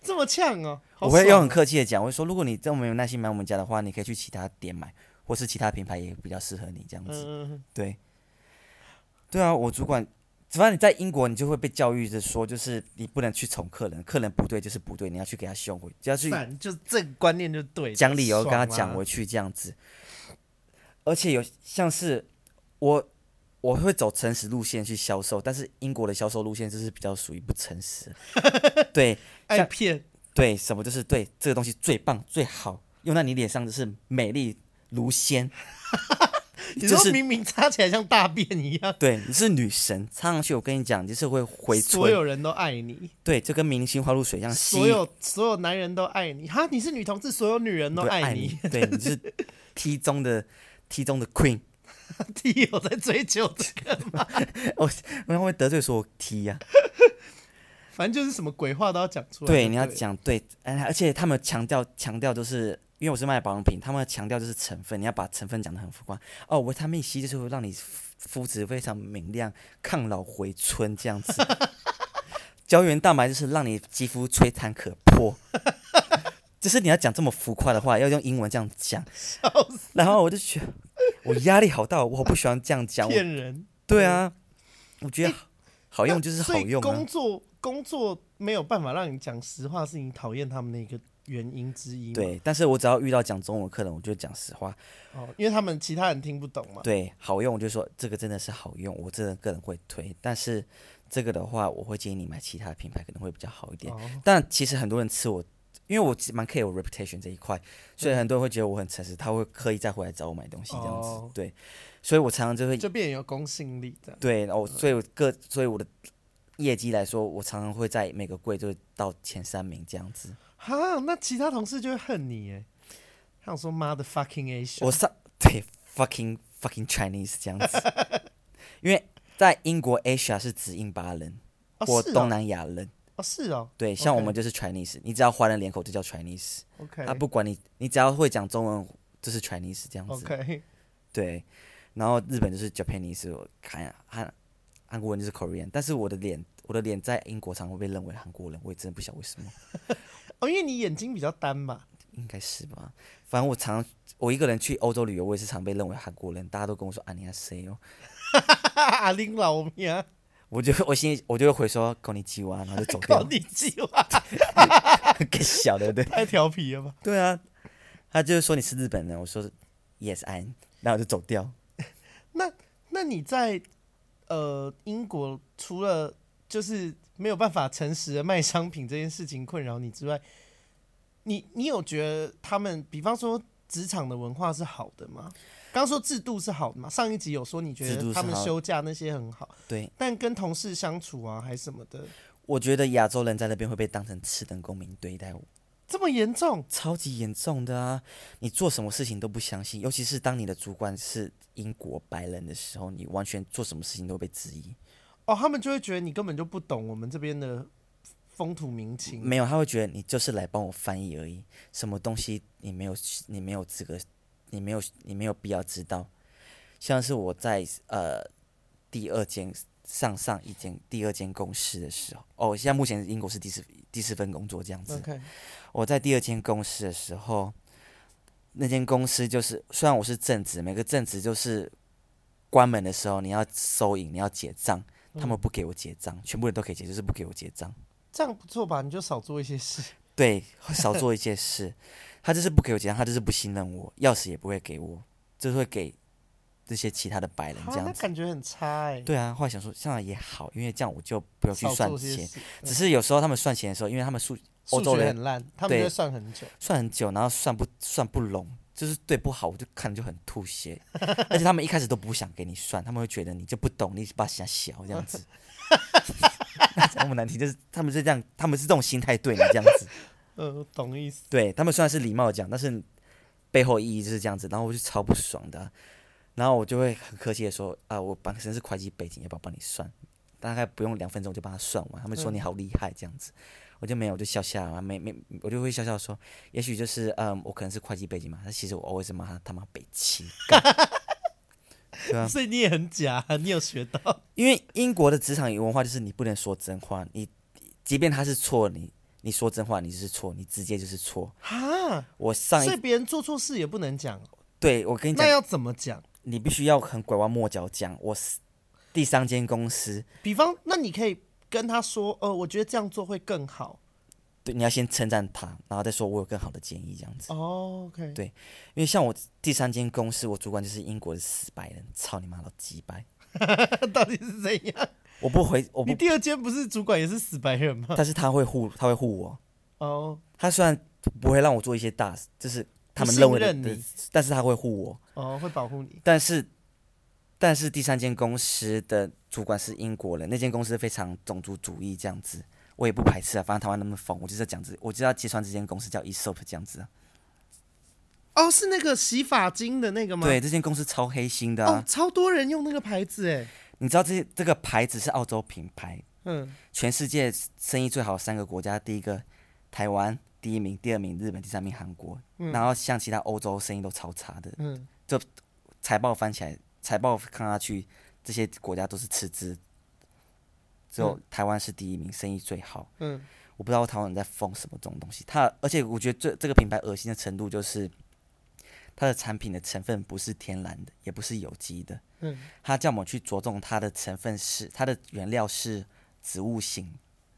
这么呛哦、好
我会
爽
用很客气的讲，我会说，如果你这么没有耐心买我们家的话，你可以去其他店买，或是其他品牌也比较适合你这样
嗯
子。
嗯，嗯
对，对啊，我主管，反正你在英国，你就会被教育着说，就是你不能去宠客人，客人不对就是不对，你要去给他凶回，就要去
赞，就这个观念就对了，
讲理由跟他
爽啊
讲回去这样子。而且有像是我我会走诚实路线去销售，但是英国的销售路线就是比较属于不诚 实。对
爱
像
骗，
对，什么就是对这个东西最棒最好，用在你脸上就是美丽如仙，
你
就
说
是
明明擦起来像大便一样，
对你是女神，插上去我跟你讲，就是会回
所
春，
有人都爱你，
对，就跟明星花露水一样，嗯吸
所有所有男人都爱你，哈，你是女同志，所有女人都
对爱
你，，
对你就是 T 中的 T 中的 Queen，
弟有在追求这个，
然后会得罪说我 T 啊呀、
反正就是什么鬼话都要讲出来，
对，你要，讲对，哎而且他们强调强调就是，因为我是卖保养品，他们强调就是成分，你要把成分讲得很浮夸。哦，维他命 C 就是会让你肤肤质非常明亮，抗老回春这样子。 胶原蛋白就是让你肌肤吹弹可破。 就是你要讲这么浮夸的话，要用英文这样讲，然后我就觉得我压力好大，我好不喜欢这样讲。我
骗人。
对啊，我觉得好用就是
所
好
以
用啊
工。作工作没有办法让你讲实话，是你讨厌他们的一个原因之一。，
对，但是我只要遇到讲中文的客人，我就讲实话。
哦，因为他们其他人听不懂嘛。
对，好用我就说这个真的是好用，我真的个人会推。但是这个的话，我会建议你买其他品牌，可能会比较好一点。
哦，
但其实很多人吃我，因为我其实蛮 care 我 reputation 这一块，所以
对
很多人会觉得我很诚实，他会刻意再回来找我买东西这样子。
哦
对，所以我常常就会
就变得有公信力这样。
对，然后所以我个所以我的业绩来说，我常常会在每个柜就到前三名这样子。
哈，那其他同事就会恨你哎。他想说妈的 fucking Asia，
我上对 fucking fucking Chinese 这样子，因为在英国 Asia 是指印巴人
哦
或
是
东
哦
南亚人，
哦是哦
对，像我
OK
们就是 Chinese，你只要华人脸孔就叫 Chinese，
，OK
他、不管你你只要会讲中文就是 Chinese 这样子，
OK
对，然后日本就是 Japanese，我看韩韩国人就是 Korean，但是我的脸我的脸在英国常会被认为韩国人，我也真的不晓得为什么。
哦，因为你眼睛比较单嘛。
应该是吧。反正我常我一个人去欧洲旅游，我也是常被认为韩国人，大家都跟我说啊你是谁哦，
阿林老命啊，
我就我心里我就会回说こんにちは，然后就走 掉
靠
了，
你计划，
给小对不对？
太调皮了吧？
对啊，他就是说你是日本人，我说是 yes I，am，然后我就走掉。
那 那你在呃英国除了就是没有办法诚实的卖商品这件事情困扰你之外，你你有觉得他们，比方说职场的文化是好的吗？刚说制度是好的嘛，上一集有说你觉
制度
得
是
他们
好的
休假那些很好，
对，
但跟同事相处啊还是什么的，
我觉得亚洲人在那边会被当成次等公民对待，
这么严重？
超级严重的啊！你做什么事情都不相信，尤其是当你的主管是英国白人的时候，你完全做什么事情都被质疑。
哦，他们就会觉得你根本就不懂我们这边的风土民情。
没有，他会觉得你就是来帮我翻译而已，什么东西你没有，你没有资格，你没有，你没有必要知道。像是我在呃第二间上上一间第二间公司的时候，哦，现在目前英国是第四第四份工作这样子。
OK，
我在第二间公司的时候，那间公司就是虽然我是正职，每个正职就是关门的时候你要收银，你要结账，他们不给我结账，全部人都可以结，就是不给我结账。
这样不错吧？你就少做一 些事。
对，少做一件事。他就是不给我结账，他就是不信任我，钥匙也不会给我，就是会给这些其他的白人
啊
这，样
那
子。
感觉很差哎、
对啊，后来想说这样也好，因为这样我就不用去
少
算
做些
钱。
事嗯
只是有时候他们算钱的时候，因为他们数欧
数
洲
学
人
很烂，他们
对
就会算很久。
算很久，然后算不算不拢，就是对不好，我就看着就很吐血。而且他们一开始都不想给你算，他们会觉得你就不懂，你把想小这样子。 讲不难听，就是他们是这样，他们是这种心态对你这样子。
嗯、呃，懂意思。
对他们虽然是礼貌地讲，但是背后意义就是这样子，然后我就超不爽的啊、然后我就会很客气的说啊，我本身是会计背景，要不要帮你算？大概不用两分钟就帮他算完，他们说
嗯
你好厉害这样子，我就没有，我就笑笑啊，没没，我就会笑笑说，也许就是嗯，我可能是会计背景嘛，但其实我 always 骂他他妈北七，对啊
所以你也很假，你有学 到。
因为英国的职场文化就是你不能说真话，你即便他是错，你你说真话你就是错，你直接就是错。
哈，
我上一
所以别人做错事也不能讲哦，
对我跟你讲
那，要怎么讲？
你必须要很拐弯抹角讲，我是第三间公司，
比方，那你可以跟他说，呃，我觉得这样做会更好。
对，你要先称赞他，然后再说我有更好的建议这样子。
哦，OK、o k
对因为像我第三间公司，我主管就是英国的死白人，操你妈老鸡掰！
那到底是怎样？
我不回，我
你
不，
第二间不是主管也是死白人吗？
但是他会护，他会护我。
哦
他虽然不会让我做一些大，就是他们
不信
认为的
任，
对
你
但是他会护我。
哦，会保护你。
但是，但是第三间公司的主管是英国人，那间公司非常种族主义这样子，我也不排斥啊，反正台湾那么疯，我就是要讲这，我就要揭穿这间公司叫 ESOP 这样子啊。
哦，是那个洗发精的那个吗？
对，，这间公司超黑心的
哦
啊！，
超多人用那个牌子哎。
你知道这这个牌子是澳洲品牌，
嗯，
全世界生意最好的三个国家，第一个台湾第一名，第二名日本，第三名韩国。然后像其他欧洲生意都超差的，
嗯，
就财报翻起来，财报看下去，这些国家都是赤字，只有台湾是第一名，生意最好。
嗯，
我不知道台湾人在疯什么这种东西。他而且我觉得这这个品牌恶心的程度就是，它的产品的成分不是天然的，也不是有机的，
嗯，
它叫我们去着重它的成分是它的原料是植物性，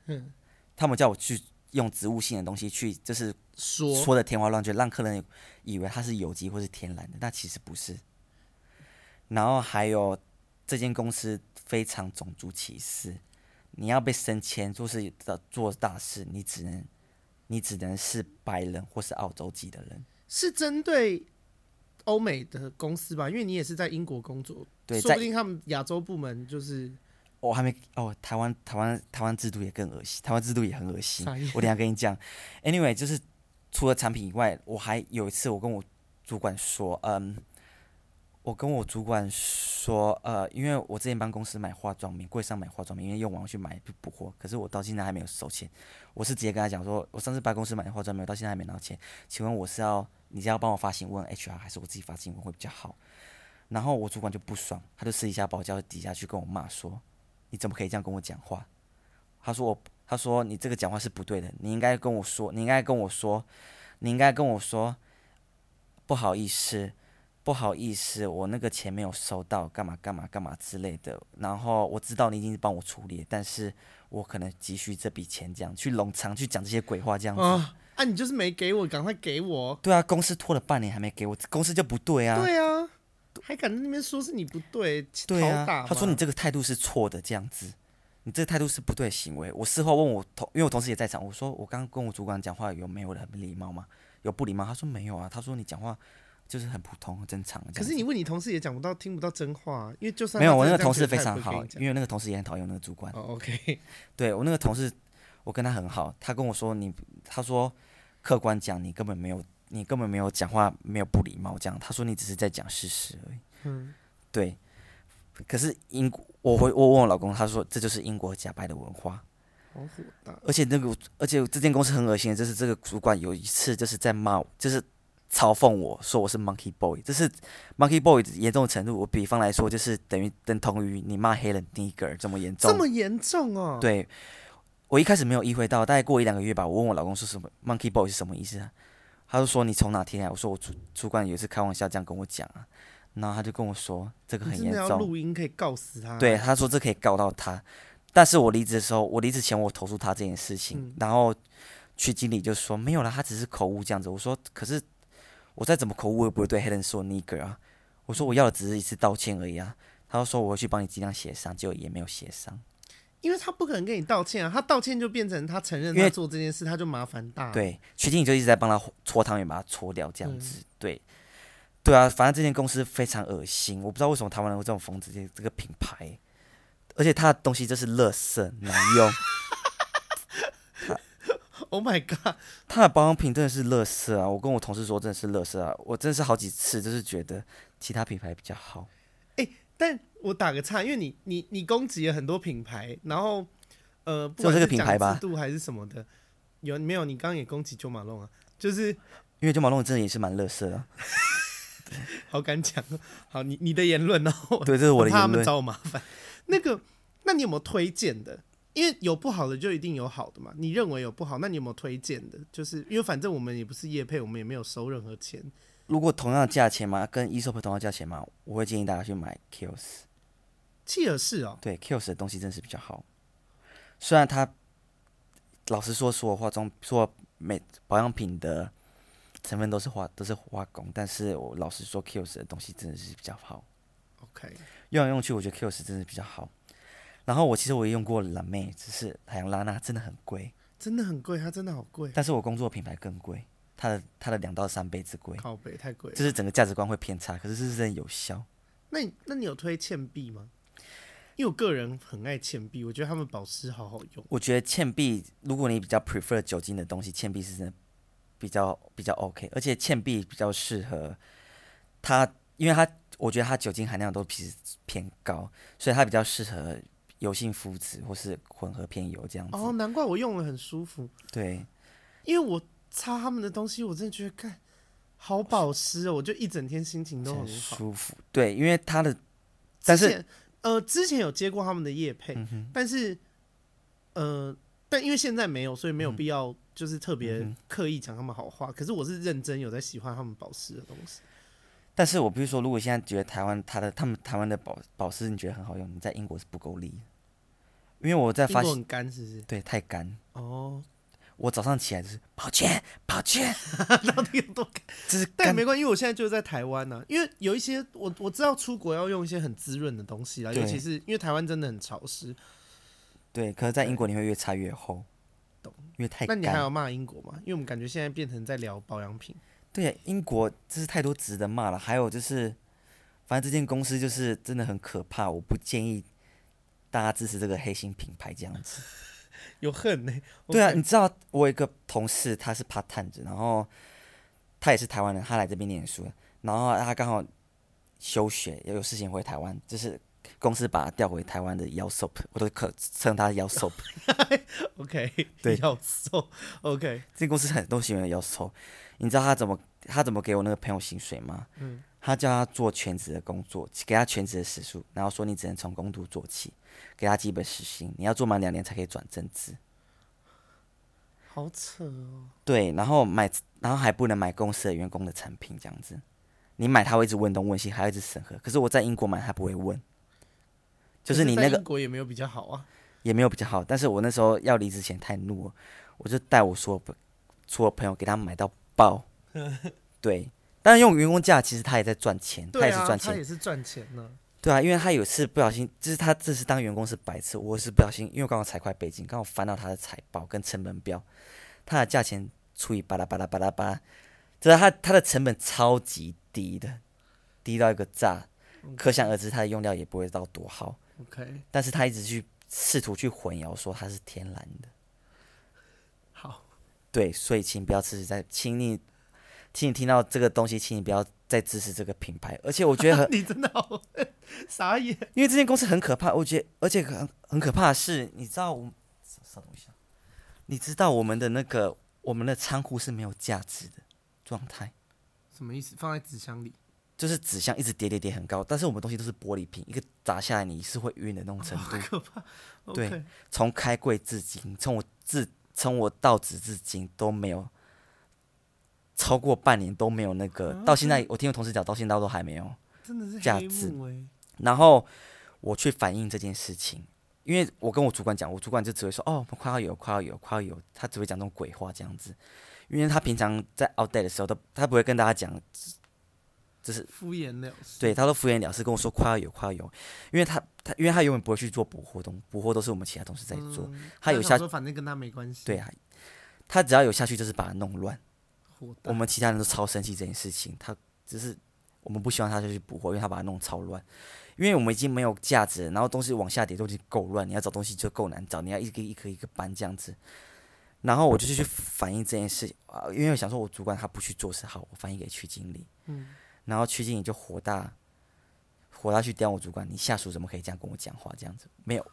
嗯，
他们叫我去用植物性的东西去，就是
说
说的天花乱坠，让客人以为它是有机或是天然的，但其实不是。然后还有这间公司非常种族歧视，你要被升迁做事的做大事，你只能你只能是白人或是澳洲籍的人。
是针对欧美的公司吧，因为你也是在英国工作，
对
说
在
不定他们亚洲部门就是
我、还没哦，台湾台湾台湾制度也更恶心，台湾制度也很恶心
啥意。
我等一下跟你讲。Anyway，就是除了产品以外，我还有一次我跟我主管说，嗯，我跟我主管说，呃，因为我之前帮公司买化妆品，柜上买化妆品，因为用完我去买补货，可是我到现在还没有收钱。我是直接跟他讲说，我上次帮公司买的化妆品，我到现在还没拿钱，请问我是要你是要帮我发信问 HR，还是我自己发信问会比较好？然后我主管就不爽，他就私底下把我叫到底下去跟我骂说，你怎么可以这样跟我讲话？他说我，他说你这个讲话是不对的，你应该跟我说，你应该跟我说，你应该跟我说，不好意思，不好意思，我那个钱没有收到，干嘛干嘛干嘛之类的。然后我知道你已经帮我处理了，但是我可能急需这笔钱，这样去冗长去讲这些鬼话，这样子。
啊啊，你就是没给我，赶快给我。
对啊，公司拖了半年还没给我，公司就不对啊。
对啊，还敢在那边说是你不对，
对
讨打
啊
嘛，
他说你这个态度是错的，这样子，你这个态度是不对的行为。我事后问我同，因为我同事也在场，我说我刚刚跟我主管讲话有没有很礼貌吗？有不礼貌？他说没有啊，他说你讲话就是很普通、很正常。这
可
样
是
子
你问你同事也讲不到，听不到真话，因为就算
没有，
他
我那
真
个同
的这样觉
事
得
非
他也
常
不会
好
跟你，讲
因为那个同事也很讨厌我那个主管。
哦，OK，
对我那个同事，我跟他很好，他跟我说你，他说客观讲，你根本没有，你根本没有讲话没有不礼貌这样，他说你只是在讲事实而已。
嗯，
对。可是英国，我回我问我老公，他说这就是英国假白的文化，
好火 大，
而且那个而且这间公司很恶心的，就是这个主管有一次就是在骂我，就是嘲讽我说我是 monkey boy，这是 monkey boy 的严重的程度。我比方来说，就是等于等同于你骂黑人 nigger 这么严重
这。么严重哦，，
对，我一开始没有意会到，大概过一两个月吧，我问我老公是什么 monkey boy 是什么意思、啊，他就说你从哪听来？我说我主主管有一次开玩笑这样跟我讲啊，然后他就跟我说这个很
真
严
的要
重，
录音可以告死他，
对，，他说这可以告到他，但是我离职的时候，我离职前我投诉他这件事情，
嗯
然后区经理就说没有啦，他只是口误这样子。我说可是我再怎么口误，我也不会对黑人说 nigger 啊。我说我要的只是一次道歉而已啊。他就说我会去帮你尽量协商，结果也没有协商。
因为他不可能跟你道歉啊，他道歉就变成他承认
因
他
为
做这件事，他就麻烦大，，
对，徐经理就一直在帮他搓汤圆，把它搓掉，这
嗯
样子。对，对啊，反正这间公司非常恶心，我不知道为什么台湾人会这种疯子，这这个品牌，而且它的东西就是垃圾难用，
，Oh my god，
它的保养品真的是垃圾啊！我跟我同事说，真的是垃圾啊！我真的是好几次就是觉得其他品牌比较好。
但我打个岔，因为你你你攻击了很多品牌，然后呃，不
只有
管
这个
是
品牌吧
讲制度还是什么的，有没有？你刚刚也攻击九马龙啊，就是
因为九马龙真的也是蛮垃圾的啊，
好敢讲哦，好，你你的言论哦，我
对，这是我的
很怕他
言
们
论。
找我麻烦。那个，那你有没有推荐的？因为有不好的就一定有好的嘛。你认为有不好，那你有没有推荐的？就是因为反正我们也不是业配，我们也没有收任何钱。
如果同样的价钱嘛，跟 e s o p 同样的价钱嘛，我会建议大家去买 Kills。
契尔氏哦，
对 Kills 的东西真是比较好。虽然它老实说，所有化妆、所有美保养品的成分都是化都是化工，但是我老实说，Kills 的东西真的是比较好。
，OK，
用来用去，我觉得 Kills 真的比较好。然后我其实我也用过蓝妹，只是海洋拉娜真的很贵，
真的很贵，它真的好贵，
但是我工作品牌更贵，它的它的两到三倍之贵，
靠北太贵了。
就是整个价值观会偏差，可是这是真的有效。
那你那你有推倩碧吗？因为我个人很爱倩碧，我觉得他们保湿好好用。
我觉得倩碧，如果你比较 prefer 酒精的东西，倩碧是真的比较比较 OK，而且倩碧比较适合它，因为它我觉得它酒精含量都其实偏高，所以它比较适合油性肤质或是混合偏油这样子。
哦，难怪我用了很舒服，
对，
因为我擦他们的东西，我真的觉得干好保湿哦，我就一整天心情都
很
很好。
舒服。对，因为它的，但
之
是嗯
前呃，之前有接过他们的业配，但是呃，但因为现在没有，所以没
嗯
有必要就是特别刻意讲他们好话。可是我是认真有在喜欢他们保湿的东西，
但是我必须说，如果现在觉得台湾它的他们台湾的保保湿你觉得很好用，你在英国是不够力，因为我在
英
发
国
现
很干是不是？
对太干，
哦，
我早上起来就是抱歉抱歉，
到底有多干？
这是
但也
干
没关系，因为我现在就在台湾呐、因为有一些我我知道出国要用一些很滋润的东西啦，
对
尤其是因为台湾真的很潮湿。
对，可是在英国你会越擦越厚，
懂
因为太
那你还
干。
有骂英国吗？因为我们感觉现在变成在聊保养品。
对啊，英国真是太多值得骂了。还有就是，反正这间公司就是真的很可怕，我不建议大家支持这个黑心品牌这样 子。
有恨呢、
对啊，
OK
你知道我有一个同事，他是 part time 的，然后他也是台湾人，他来这边念书，然后啊他刚好休学，也有事情回台湾，就是公司把他调回台湾的腰 soap，我都可称他腰 soap。
OK，
对
要瘦 OK，
这公司很多新人要收，你知道他怎么他怎么给我那个朋友薪水吗？嗯，他叫他做全职的工作，给他全职的时数，然后说你只能从工读做起，给他基本时薪，你要做满两年才可以转正职。
好扯哦。
对，然后买，然后还不能买公司的员工的产品这样子。你买他会一直问东问西，还要一直审核。可是我在英国买他不会问，就是你
可
那
在
个
英国也没有比较好啊。
也没有比较好。但是我那时候要离职前太怒了，我就带我所有朋所有朋友给他买到爆。对，当然用员工价，其实他也在赚钱，他
对
也是
啊，
赚
他
钱
也。是赚钱呢。
对啊，因为他有一次不小心，就是他这次当员工是白痴，我是不小心，因为我刚好财会北京，刚好翻到他的财报跟成本表，他的价钱除以巴拉巴拉巴拉巴拉，就是他他的成本超级低的，低到一个炸，可想而知他的用料也不会到多好。
OK，
但是他一直去试图去混淆说它是天然的，
好，
对，所以请不要支持在，请你，请你听到这个东西，请你不要再支持这个品牌。而且我觉得很，
你真的好傻眼。
因为这间公司很可怕，我觉得，而且很很可怕的是，你知道我啥啥东西啊？你知道我们的那个我们的仓库是没有价值的状态，
什么意思？放在纸箱里？
就是纸箱一直叠叠叠很高，但是我们东西都是玻璃瓶，一个砸下来你是会晕的那种程度。
可怕。
对
OK，
从开柜至今，从我自从我到职至今都没有超过半年都没有那个，到现在我听我同事讲，到现在都还没有。
真的是
价
黑
值
幕哎、
然后我去反映这件事情，因为我跟我主管讲，我主管就只会说哦，快要有，快要有，快要有，他只会讲这种鬼话这样子。因为他平常在 out day 的时候，都他不会跟大家讲，就是
敷衍了事。
对他都敷衍了事，跟我说快要有，快要有，因为他他因为他永远不会去做补活动，补货都是我们其他同事在做。
嗯
他有下
想说反正跟他没关系。
对啊，他只要有下去就是把它弄乱。
火大，
我们其他人都超生气这件事情，他只是我们不希望他就去补货，因为他把它弄超乱。因为我们已经没有价值了，然后东西往下跌都已经够乱，你要找东西就够难找，你要一个一个一个搬这样子。然后我就去去反映这件事啊，因为我想说我主管他不去做事，好，我反映给区经理。
嗯，
然后区经理就火大，火大去刁我主管，你下属怎么可以这样跟我讲话这样子？没有，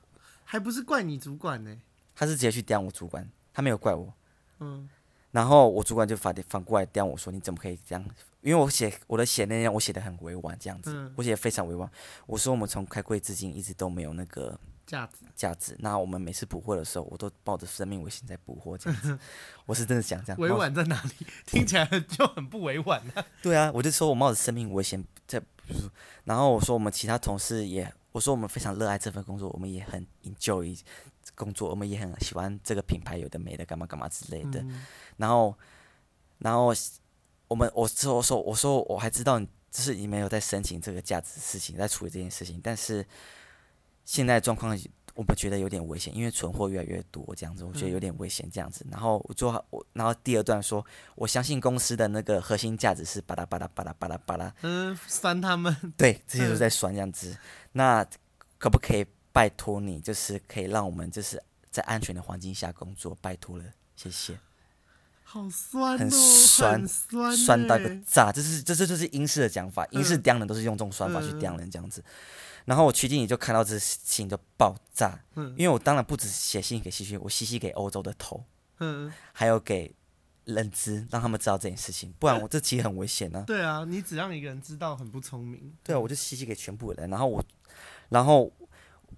还不是怪你主管呢、
他是直接去刁我主管，他没有怪我。
嗯，
然后我主管就反反过来刁我说：“你怎么可以这样？”因为我写我的写那样，我写的很委婉，这样子，
嗯
我写的非常委婉。我说我们从开柜至今一直都没有那个
架子
价值，那我们每次补货的时候，我都抱着生命危险在补货，这样子。我是真的想这样，
委
冒着
婉在哪里？ 听起来就很不委婉啊。
对啊，我就说我冒着生命危险在，然后我说我们其他同事也，我说我们非常热爱这份工作，我们也很 enjoy 工作，我们也很喜欢这个品牌有的没的干嘛干嘛之类的。
嗯
然后，然后我们我之后说，我说我还知道你，就是你没有在申请这个价值事情，在处理这件事情，但是现在状况我们觉得有点危险，因为存货越来越多这样子，我觉得有点危险这样子。然后我最后我，然后第二段说，我相信公司的那个核心价值是巴拉巴拉巴拉巴拉巴拉，
嗯，酸他们
对，这些都在酸这样子。那可不可以拜托你，就是可以让我们就是在安全的环境下工作，拜托了，谢谢。
好 酸哦，
很
很
酸
酸欸，
酸到一个炸，这是这这就是英式的讲法，英式
嗯
刁人都是用这种酸法去刁人这样子。然后我曲靖也就看到这事情就爆炸，
嗯
因为我当然不止写信给西区，我写信给欧洲的头，
嗯，
还有给认知，让他们知道这件事情，不然
嗯
我这其实很危险呢、
对啊，你只让一个人知道很不聪明，
对啊，我就写信给全部人，然后我，然后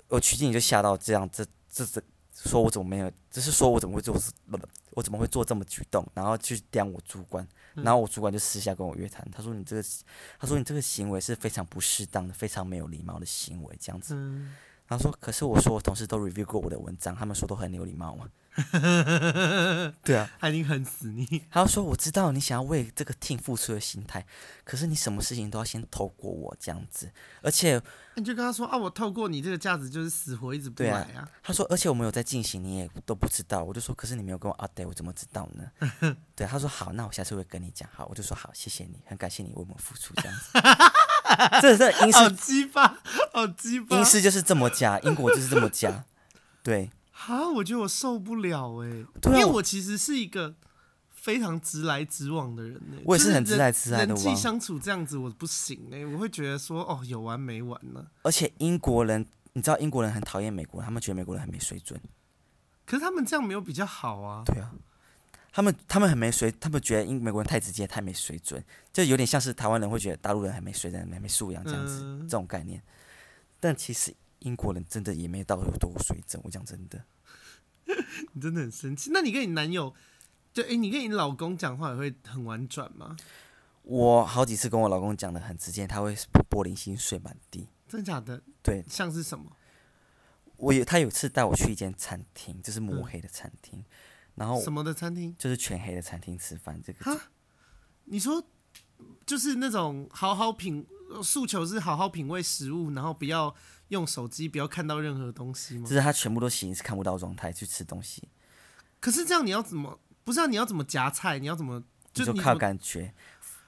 我曲靖也就吓到这样，这这这说我怎么没有，就是说我怎么会做，不不，我怎么会做这么举动，然后去刁我主管，然后我主管就私下跟我约谈，他说你这个，他说你这个行为是非常不适当的，非常没有礼貌的行为，这样子。
嗯，
然后说，可是我说我同事都 review 过我的文章，他们说都很有礼貌嘛。对啊，
他已经很死你，
他就说我知道你想要为这个 team 付出的心态，可是你什么事情都要先透过我这样子，而且
你就跟他说啊，我透过你这个架子就是死活一直不
对
来
啊
啊，
他说，而且我们有在进行，你也都不知道。我就说，可是你没有跟我 update，我怎么知道呢？ 对，他说好，那我下次会跟你讲。好，我就说好，谢谢你，很感谢你为我们付出这 样子。这这英
好
式
鸡巴，好鸡巴
英，式就是这么加，英国就是这么加。对，
啊，我觉得我受不了哎、
对啊
因为
我
我其实是一个非常直来直往的人哎、
我也是
就
很直来直来的
人人际
往
相处这样子我不行哎、我会觉得说哦有完没完呢、
而且英国人，你知道英国人很讨厌美国人，他们觉得美国人很没水准。
可是他们这样没有比较好啊，
对啊，他们他们很没水，他们觉得英美国人太直接，太没水准，就有点像是台湾人会觉得大陆人很没水准、很没素养这样子、
嗯
这种概念。但其实英国人真的也没到有多水准，我讲真的，
你真的很生气。那你跟你男友，就哎、你跟你老公讲话也会很婉转吗？
我好几次跟我老公讲的很直接，他会玻璃心碎满地。
真的假的？
对
像是什么？
我有他有一次带我去一间餐厅，就是抹
嗯
黑的餐厅，然后
什么的餐厅？
就是全黑的餐厅吃饭，这个
哈你说就是那种好好品呃诉求是好好品味食物，然后不要用手机，不要看到任何东西吗
就？是他全部都形是看不到的状态去吃东西，
可是这样你要怎么？不是、啊、你要怎么夹菜？你要怎么？
你
就
就
你
靠
怎么
感觉。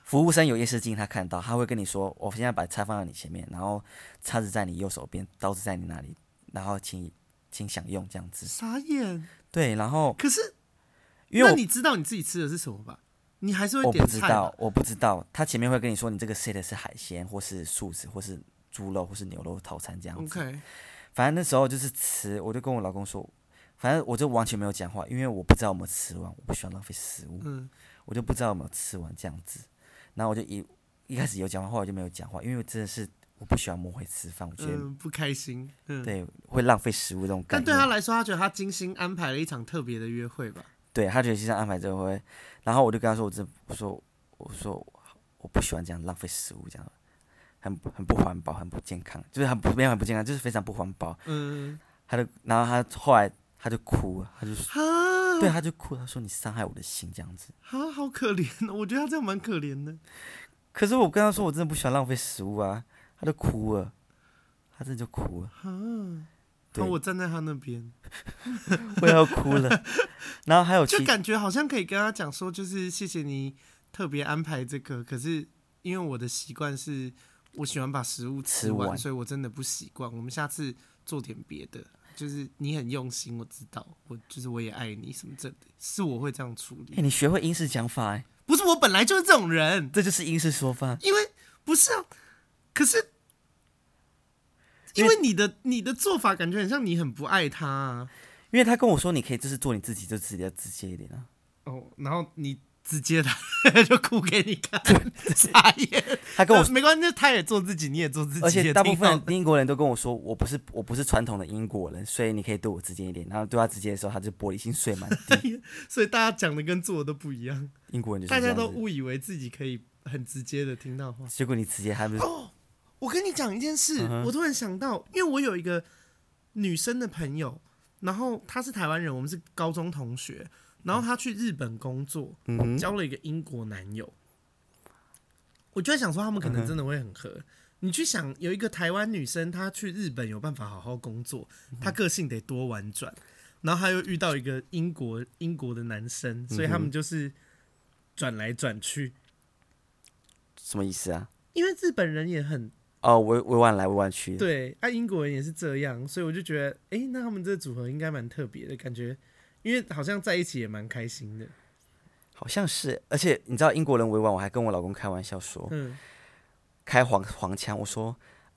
服务生有夜视镜，他看到，他会跟你说：“我现在把菜放到你前面，然后叉子在你右手边，刀子在你那里，然后请请享用这样子。
傻眼。”
对，然后
可是
因为
那
我
你知道你自己吃的是什么吧？你还是会
我
点
不知
菜吧
道，我不知道，他前面会跟你说你这个 set 是海鲜，或是素食，或是猪肉，或是牛肉套餐这样子。
？OK，
反正那时候就是吃，我就跟我老公说，反正我就完全没有讲话，因为我不知道有没有吃完，我不喜欢浪费食物。
嗯，
我就不知道有没有吃完这样子。然后我就一一开始有讲话，后来就没有讲话，因为我真的是我不喜欢摸黑吃饭，我觉得、
嗯，不开心，嗯，
对会浪费食物这种感
但
觉。
对他来说，他觉得他精心安排了一场特别的约会吧？
对他觉得就像安排这回，然后我就跟他说，我真我说我说我不喜欢这样浪费食物，这样很不很不环保，很不健康，就是很不没有很不健康，就是非常不环保。
嗯，
他就然后他后来他就哭了，他就
哈，
对他就哭，他说你伤害我的心这样子。
哈，好可怜哦，我觉得他这样蛮可怜的。
可是我跟他说我真的不喜欢浪费食物啊，他就哭了，他真的就哭了，对
然哦后我站在他那边，
我要哭了。 然后还有
就
其
感觉好像可以跟他讲说，就是谢谢你特别安排这个，可是因为我的习惯是，我喜欢把食物吃
吃
完，
完
所以我真的不习惯。我们下次做点别的，就是你很用心，我知道，我就是我也爱你什么这的，是我会这样处
哎、
理，
你学会英式讲法、欸，
不是我本来就是这种人，
这就是英式说法。
因为不是啊，可是。
因
因
为
为你的你的做法感觉很像你很不爱他、啊、
因为他跟我说你可以就是做你自己，就自己要直接一点啊。
哦，然后你直接他 就哭给你看，傻眼。
他跟我
呃，没关系，他也做自己，你也做自己，
而且
也
大部
挺好
分英国人都跟我说我不是我不是传统的英国人，所以你可以对我直接一点。然后对他直接的时候，他就玻璃心碎满 地。
所以大家讲的跟做的都不一样，
英国人就是
大
这
家
样
都
子。
误以为自己可以很直接的听到话。
结果你直接他们
哦
就
我跟你讲一件事，
嗯
我突然想到，因为我有一个女生的朋友，然后她是台湾人，我们是高中同学，然后她去日本工作，
嗯哼
交了一个英国男友。我就在想说，他们
嗯
可能真的会很合。你去想，有一个台湾女生，她去日本有办法好好工作，
嗯
她个性得多婉转，然后她又遇到一个英国英国的男生，所以
嗯
他们就是转来转去。
什么意思啊？
因为日本人也很
哦，委委婉来委婉去。
对，啊，英国人也是这样，所以我就觉得，诶，那他们这个组合应该蛮特别的感觉，因为好像在一起也蛮开心的。
好像是，而且你知道英国人委婉，我还跟我老公开玩笑说，
嗯，
开黄黄腔，我说，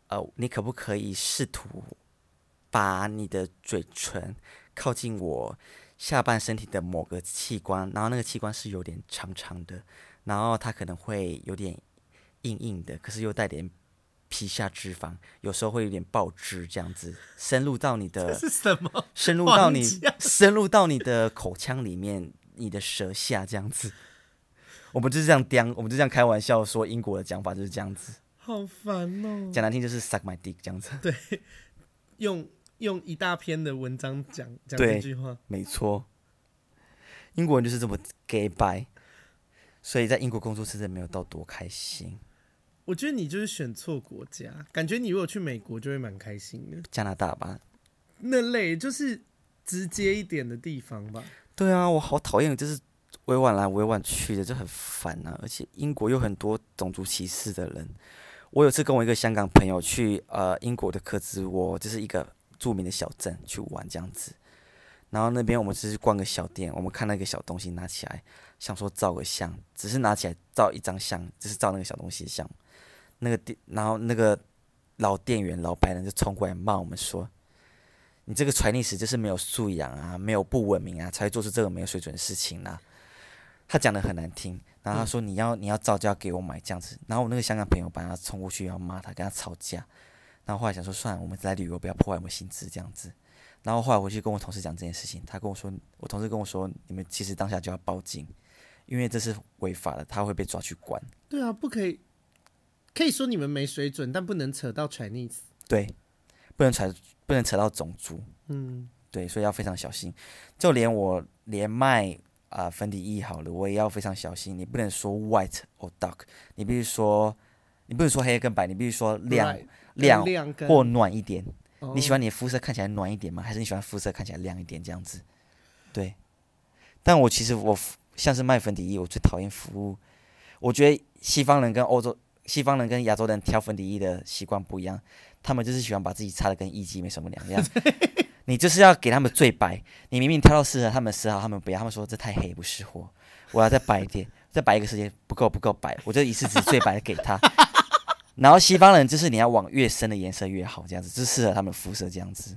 呃，你可不可以试图把你的嘴唇靠近我下半身体的某个器官，然后那个器官是有点长长的，然后它可能会有点硬硬的，可是又带点皮下脂肪，有时候会有点爆汁这样子，深入到你的
是什么？
深入到你
黄腔
深入到你的口腔里面，你的舌下这样子。我们就是这样刁，我们就这样开玩笑说英国的讲法就是这样子，
好烦哦、
讲难听就是 suck my dick 这样子。
用用一大篇的文章讲讲
对
这句话，
没错，英国人就是这么 gay 拜，所以在英国工作真的没有到多开心。
我觉得你就是选错国家，感觉你如果去美国就会蛮开心的。
加拿大吧，
那类就是直接一点的地方吧。
对啊，我好讨厌，就是委婉来委婉去的，就很烦啊。而且英国有很多种族歧视的人。我有次跟我一个香港朋友去呃英国的科兹沃，就是一个著名的小镇去玩这样子。然后那边我们只是逛个小店，我们看到一个小东西拿起来，想说照个相，只是拿起来照一张相，就是照那个小东西的相。那个店，然后那个老店员老白人就冲过来骂我们说：“你这个传历史就是没有素养啊，没有不文明啊，才会做出这个没有水准的事情啦、他讲的很难听，然后他说你要你要造就要给我买这样子，然后我那个香港朋友把他冲过去要骂他，跟他吵架，然后后来想说算了，我们来旅游不要破坏我们薪资这样子，然后后来回去跟我同事讲这件事情，他跟我说，我同事跟我说，你们其实当下就要报警，因为这是违法的，他会被抓去关。
对啊，不可以，可以说你们没水准，但不能扯到 Chinese。
对，不能扯不能扯到种族，嗯，对，所以要非常小心。就连我连卖啊、呃粉底液好了，我也要非常小心。你不能说 white or dark，你必须说你不能说黑跟白，你必须说亮
Right，
亮
亮跟
或暖一点。
哦
你喜欢你的肤色看起来暖一点吗？还是你喜欢肤色看起来亮一点这样子？对，但我其实我服像是卖粉底液，我最讨厌服务。我觉得西方人跟欧洲、西方人跟亚洲人挑粉底液的习惯不一样，他们就是喜欢把自己擦的跟艺妓没什么两样。你就是要给他们最白，你明明挑到适合他们十号，他们不要，他们说这太黑不识货，我要再白一点，再白一个时间不够不够白，我就一次只最白的给他。然后西方人就是你要往越深的颜色越好，这样子就适合他们肤色这样子。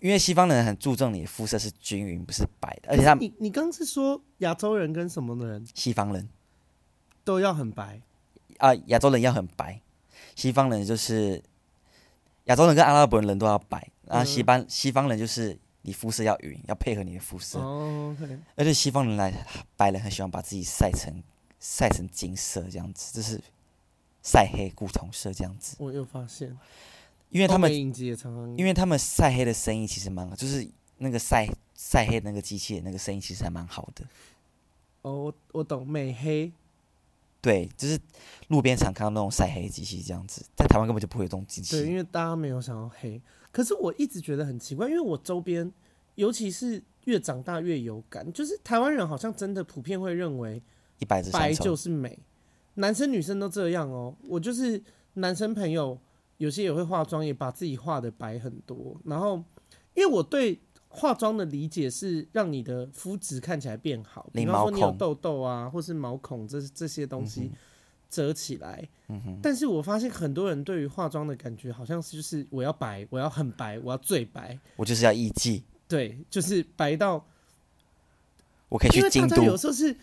因为西方人很注重你的肤色是均匀，不是白的，而且他们
你你刚刚是说亚洲人跟什么的人
西方人
都要很白，
啊，亚洲人要很白，西方人就是亚洲人跟阿拉伯人都要白，然后西方、西方人就是你肤色要匀，要配合你的肤色，
哦，OK，
而且西方人来白人很喜欢把自己晒成晒成金色这样子，就是晒黑古铜色这样子，
我又发现，
因
因
为他们
影集也常常
因为他们晒黑的生意其实蛮好，就是那个晒晒黑的那个机器人那个生意其实还蛮好的。
哦，我我懂美黑，
对，就是路边常看到那种晒黑机器这样子，在台湾根本就不会有这种机
对，因
器。
为大家没有想要黑，可是我一直觉得很奇怪，因为我周边，尤其是越长大越有感，就是台湾人好像真的普遍会认为
一百只
白
三
就
丑，
是美，男生女生都这样哦。我就是男生朋友，有些也会化妆，也把自己化的白很多。然后，因为我对化妆的理解是让你的肤质看起来变好，比
零
方
毛
说你有
孔嗯
痘痘啊，或是毛孔这这些东西遮起来。但是我发现很多人对于化妆的感觉，好像是就是我要白，我要很白，我要最白，
我就是要艺妓，
对，就是白到
我可以
因
去
为
京
大家有
都。
时候是，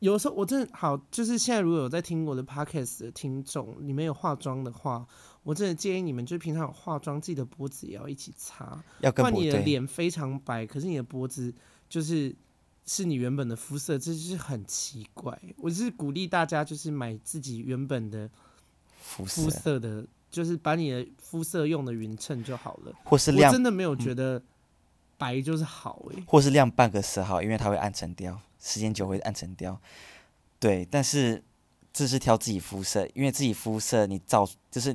有时候我真的好，就是现在如果有在听我的 podcast 的听众，你们有化妆的话，我真的建议你们，就是平常有化妆，自己的脖子也要一起擦，
要
不
跟
然
不
你的
对，
脸非常白，可是你的脖子就是是你原本的肤色，这就是很奇怪。我是鼓励大家就是买自己原本的
肤
肤
色
色的，就是把你的肤色用的匀称就好了。
或是
我
亮
真的没有觉得白就是好欸诶、
或是亮半个色号，因为它会暗沉掉，时间久会暗沉掉。对，但是这是挑自己肤色，因为自己肤色你照就是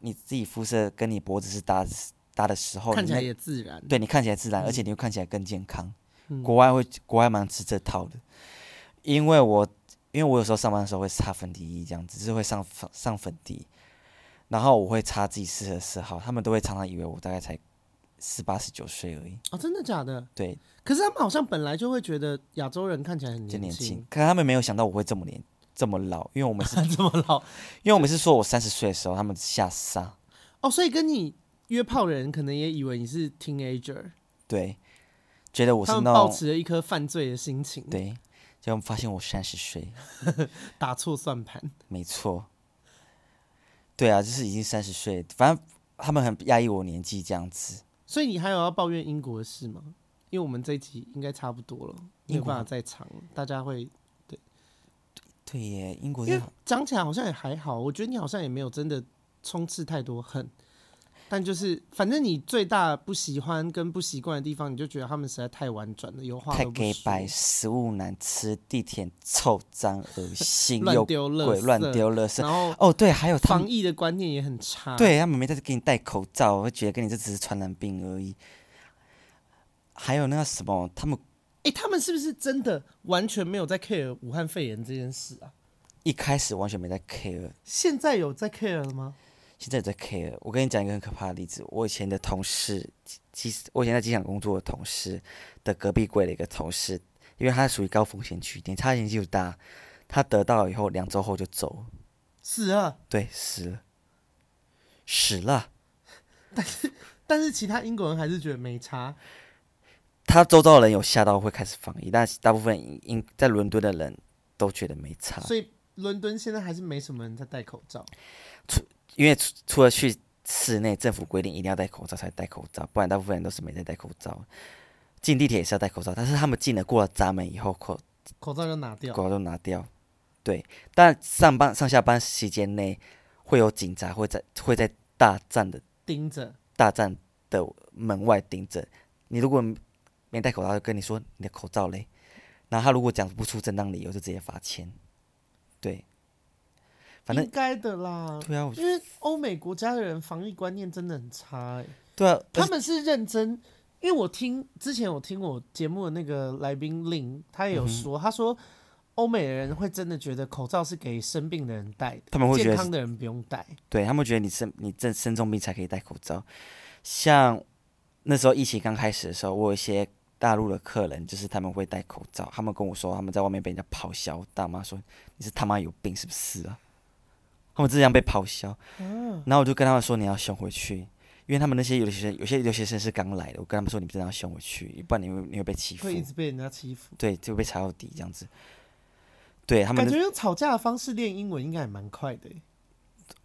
你自己肤色跟你脖子是搭搭的时候，
看起
你那
来也自然。
哦对你看起来自然，
嗯
而且你会看起来更健康。
嗯
国外会国外蛮吃这套的，因为我因为我有时候上班的时候会擦粉底液，这样子就是会上上粉底，然后我会擦自己适合的色号，他们都会常常以为我大概才十八十九岁而已。
哦，真的假的？
对，
可是他们好像本来就会觉得亚洲人看起来很
就
年
年轻
轻，，
可是他们没有想到我会这么年这么老，因为我们 是
这么老
因为我们是说我三十岁的时候，他们吓傻。
哦，所以跟你约炮的人可能也以为你是 teenager，
对，觉得我是
他们
那
抱
种
持了一颗犯罪的心情，，
对，结果发现我三十岁，
打错算盘，
没错，对啊，就是已经三十岁，反正他们很压抑我年纪这样子。
所以你还有要抱怨英国的事吗？因为我们这一集应该差不多了，
英国
没有办法再长，大家会
对耶，英国
因
是
为讲起来好像也还好，我觉得你好像也没有真的冲刺太多恨，但就是反正你最大不喜欢跟不习惯的地方，你就觉得他们实在太婉转了，有话
太
都不
给
说
白，食物难吃，地铁臭脏，恶心
乱
又
丢垃
贵，
圾，
乱丢垃圾。
然后
哦，对，还有他
防
们，
疫的观念也很差，，
对他们每次给你戴口罩，我会觉得跟你这只是传染病而已。还有那个什么，他们
哎、他们是不是真的完全没有在 care 武汉肺炎这件事啊？
一开始完全没在 care，
现在有在 care 了吗？
现在有在 care。我跟你讲一个很可怕的例子，我以前的同事，其其实我以前在机场工作的同事的隔壁柜的一个同事，因为他属于高风险区，点，他年纪就大，他得到以后两周后就走了，
是啊，
对，死了，死了。
但是其他英国人还是觉得没差，
他周遭的人有吓到会开始防疫，但是大部分英英在伦敦的人都觉得没差，
所以伦敦现在还是没什么人在戴口罩。
因为除除了去室内，政府规定一定要戴口罩才戴口罩，不然大部分人都是没在戴口罩。进地铁也是要戴口罩，但是他们进了过了闸门以后，口
口罩就拿掉，
口罩都拿掉。对，但上班上下班时间内会有警察会在会在大站的
盯着。
大站的门外盯着你，如果没戴口罩，就跟你说你的口罩嘞。然后他如果讲不出正当理由，就直接罚钱。对，反正
应该的啦，
对啊，我
因为欧美国家的人防疫观念真的很差、欸，
对啊，而
他
且
们是认真。因为我听之前我听我节目的那个来宾令，他也有说，他说欧美人会真的觉得口罩是给生病的人戴的，
他们会觉
健
得
康的人不用戴。
对他们觉得你生你正生重病才可以戴口罩。像那时候疫情刚开始的时候，我有一些大陆的客人，就是他们会戴口罩，他们跟我说他们在外面被人家咆哮，大妈说你是他妈有病是不是啊？他们就这样被咆哮，
哦
然后我就跟他们说你要凶回去，因为他们那些有的学生有些留学生是刚来的，我跟他们说你们真的要凶回去，不然你会你会被欺负
会，一直被人家欺负，
对，就被踩到底这样子。对他们
感
的
觉用吵架的方式练英文应该也蛮快的、欸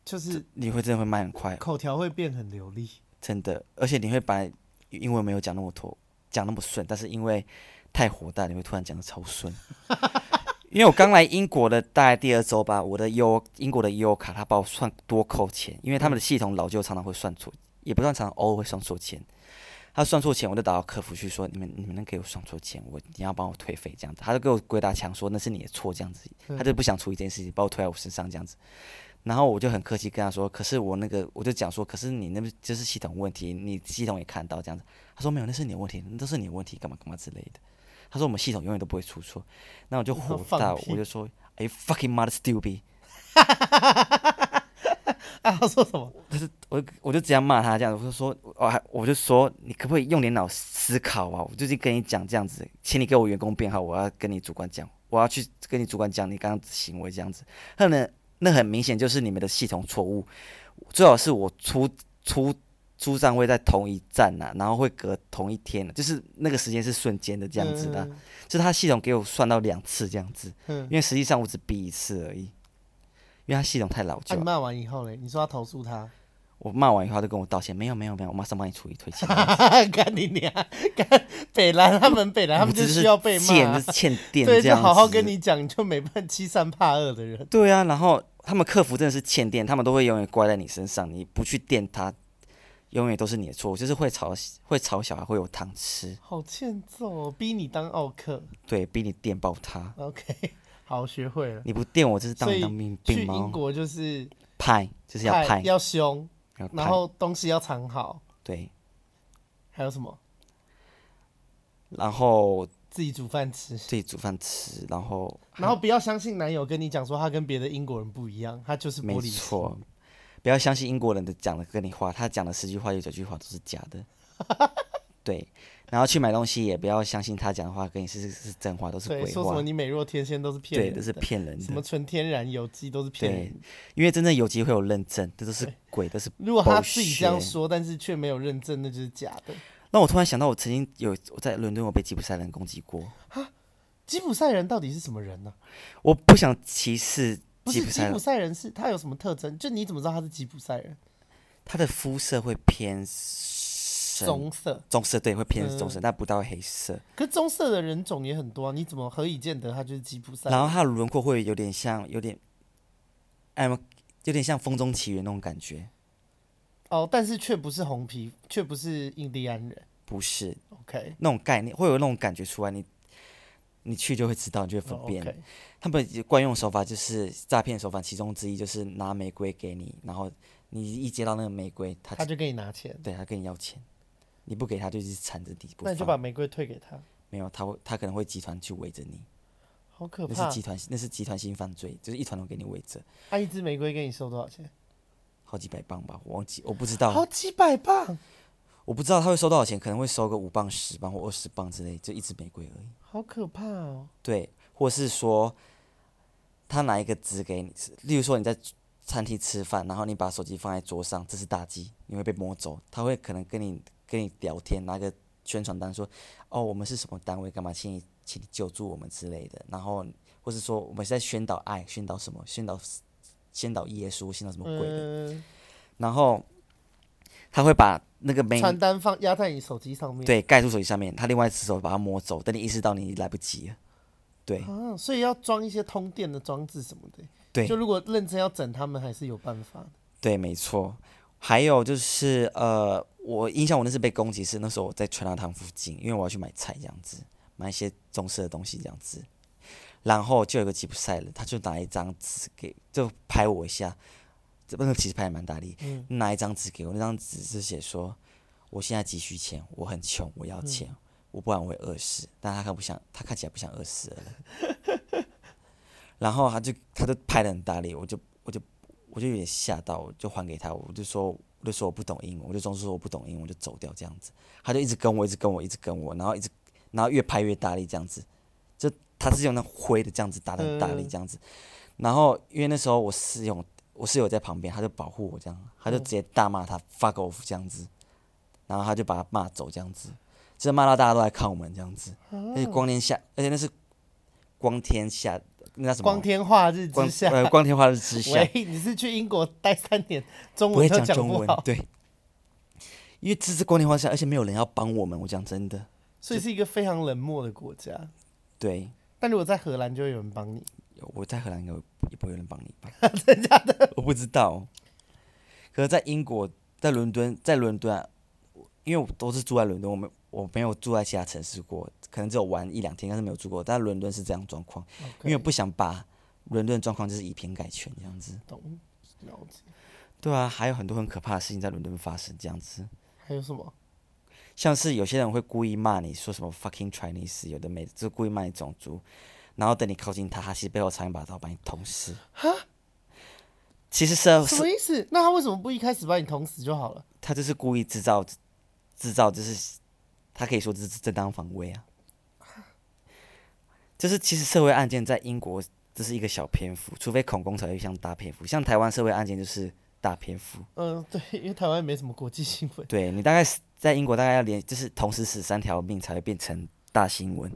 就是
你会真的会慢很快，
口条会变很流利。
真的，而且你会把英文没有讲那么妥，讲那么顺，但是因为太火大，你会突然讲的超顺。 因为我刚来英国的大概第二周吧，我的 U 英国的 U 卡他帮我算多扣钱，因为他们的系统老旧，常常会算错，也不算常常偶尔会算错钱。他算错钱，我就打到客服去说：“你们你们能给我算错钱，我你要帮我退费这样子。”他就给我鬼打墙说：“那是你的错这样子。”他就不想处理这件事情，把我推在我身上这样子。然后我就很客气跟他说：“可是我那个，我就讲说，可是你那边就是系统问题，你系统也看到这样子。”他说：“没有，那是你的问题，那都是你的问题，干嘛干嘛之类的。”他说：“我们系统永远都不会出错。”那我就火
放
大，
屁
我就说：“Are you fucking mother stupid？”
啊，他说什么？
我就我就直接骂他这样，我就说，我还我就说，你可不可以用点脑思考啊？我最近跟你讲这样子，请你给我员工编号，我要跟你主管讲，我要去跟你主管讲你刚刚的行为这样子。那呢，那很明显就是你们的系统错误，最好是我出出出站会在同一站呐、然后会隔同一天，啊就是那个时间是瞬间的这样子的啊、
嗯
就是他系统给我算到两次这样子，
嗯
因为实际上我只逼一次而已，因为他系统太老
啊、
旧
你
了。
骂完以后嘞，你说要投诉他，
我骂完以后，他就跟我道歉，没有没有没有，我马上帮你处理退 钱。哎
干你娘！干北兰他们北兰他们
我
就
这是
需要被骂
欠
啊、
就是欠电
对，
这
就
样
好好
子
跟你讲，你就没办欺善怕恶的人。
对啊，然后他们客服真的是欠电，他们都会永远怪在你身上，你不去电他，永远都是你的错误，就是会吵会吵小孩会有糖吃，
好欠揍、哦，逼你当奥克。
对，逼你电爆 他，
OK，好，学会了。
你不电我这是当
所
你
以
当兵
去
病
英
吗？
国就是
派就是要
派
派，
要凶，
要派
然，后东西要藏好，
对，
还有什么
然后
自己煮饭 吃。
自己煮饭吃，然后
然后不要相信男友跟你讲说他跟别的英国人不一样，他就是
没
玻璃心。
错，不要相信英国人的讲的跟你话，他讲的十句话有九句话都是假的。 对，然后去买东西也不要相信他讲的话跟你是是是真话，都是
对，
鬼
说什
话
么，你美若天仙都是骗
对，
人
都
的，
是骗人
什么
的。
纯天然有机都是骗人
对
的。，
因为真正有机会有认证，这都是鬼，都是。
如果他自己这样说，但是却没有认证，那就是假的。
让我突然想到，我曾经有我在伦敦，我被吉普赛人攻击过。
吉普赛人到底是什么人呢、
我不想歧视
不
吉
是
普
吉
赛
普
人，
赛人是他有什么特征？就你怎么知道他是吉普赛人？
他的肤色会偏深，
棕嗯色，
棕色对，会偏棕色，但不到黑色。
可是棕色的人种也很多、啊，你怎么何以见得它就是吉普赛？
然后它的轮廓会有点像，有点，哎，有点像《风中奇缘》那种感觉。
哦，但是却不是红皮，却不是印第安人。
不是
OK，
那种概念，会有那种感觉出来。你你去就会知道，你就会分
哦
辨。
OK，
他们惯用手法就是诈骗手法，其中之一就是拿玫瑰给你，然后你一接到那个玫瑰，他
他就给你拿钱，
对他跟你要钱，你不给他就是缠着你不
那你就
放
把玫瑰退给他，
没有，他会他可能会集团去围着你，
好可
那
怕
是！集团那是集团性犯罪，就是一团都给你围着，
啊他一支玫瑰给你收多少钱？
好几百磅吧，我忘记我不知道，
好几百磅，
我不知道他会收多少钱，可能会收个五磅、十磅或二十磅之类，就一支玫瑰而已。
好可怕哦！
对，或是说他拿一个纸给你，例如说你在餐厅吃饭，然后你把手机放在桌上，这是大忌，你会被摸走。他会可能跟你跟你聊天，拿个宣传单说，哦，我们是什么单位，干嘛，请你请你救助我们之类的。然后或是说我们是在宣导爱，宣导什么，宣导宣导耶稣，宣导什么鬼的。
嗯，
然后他会把那个美
传单放压在你手机上面，
对盖住手机上面，他另外一只手把它摸走，等你意识到你来不及了。对
啊，所以要装一些通电的装置什么的。
对
就如果认真要整他们，还是有办法的。
对，没错。还有就是呃，我印象我那次被攻击是那时候我在川辣汤附近，因为我要去买菜这样子，买一些中式的东西这样子。然后就有个吉普赛人，他就拿一张纸给，就拍我一下，这那个其实拍得蛮大力，拿一张纸给我，那张纸是写说，我现在急需钱，我很穷，我要钱，我不然我会饿死。但他看不像，他看起来不像饿死的人。 然后他就他就拍的很大力，我就我就我就有点吓到，我就还给他，我就说我就说我不懂英文，我就装作说我不懂英文，我就走掉这样子。他就一直跟我，一直跟我，一直跟我，然后一直然后越拍越大力这样子，就他是用那挥的这样子打的很大力
嗯
这样子。然后因为那时候我室友我室友在旁边，他就保护我这样，
嗯
他就直接大骂他 fuck off 这样子，然后他就把他骂走这样子，这骂到大家都来看我们这样子，
哦
而且光天下，而且那是光天下那叫什么
光天化日
光
之下，
呃光天化日 之下，
喂，你是去英国待三年，中
不
文
会
都
讲中
不
文
好，
对，因为这是光天化日之下，而且没有人要帮我们，我讲真的，
所以是一个非常冷漠的国家。
对，
但如果在荷兰，就会有人帮你。
我在荷兰应该也不会有人帮你吧？ 真假的？我不知道。可是，在英国，在伦敦，在伦敦、啊，因为我都是住在伦敦，我没我没有住在其他城市过，可能只有玩一两天，但是没有住过。但伦敦是这样状况，因为我不想把伦敦的状况就是以偏概全这样子。
懂了解。
对啊，还有很多很可怕的事情在伦敦发生这样子，
还有什么？
像是有些人会故意骂你说什么 fucking Chinese，有的没，就故意骂你种族，然后等你靠近他，他其实背后藏一把刀把你捅死。其实社
什么意思？那他为什么不一开始把你捅死就好了？
他就是故意制造制造，就是他可以说这是正当防卫啊。就是其实社会案件在英国这是一个小篇幅，除非恐攻才会像大篇幅，像台湾社会案件就是大篇幅。
嗯， 对，因为台湾没什么国际新闻。
对你大概是在英国大概要连就是同时死三条命才会变成大新闻，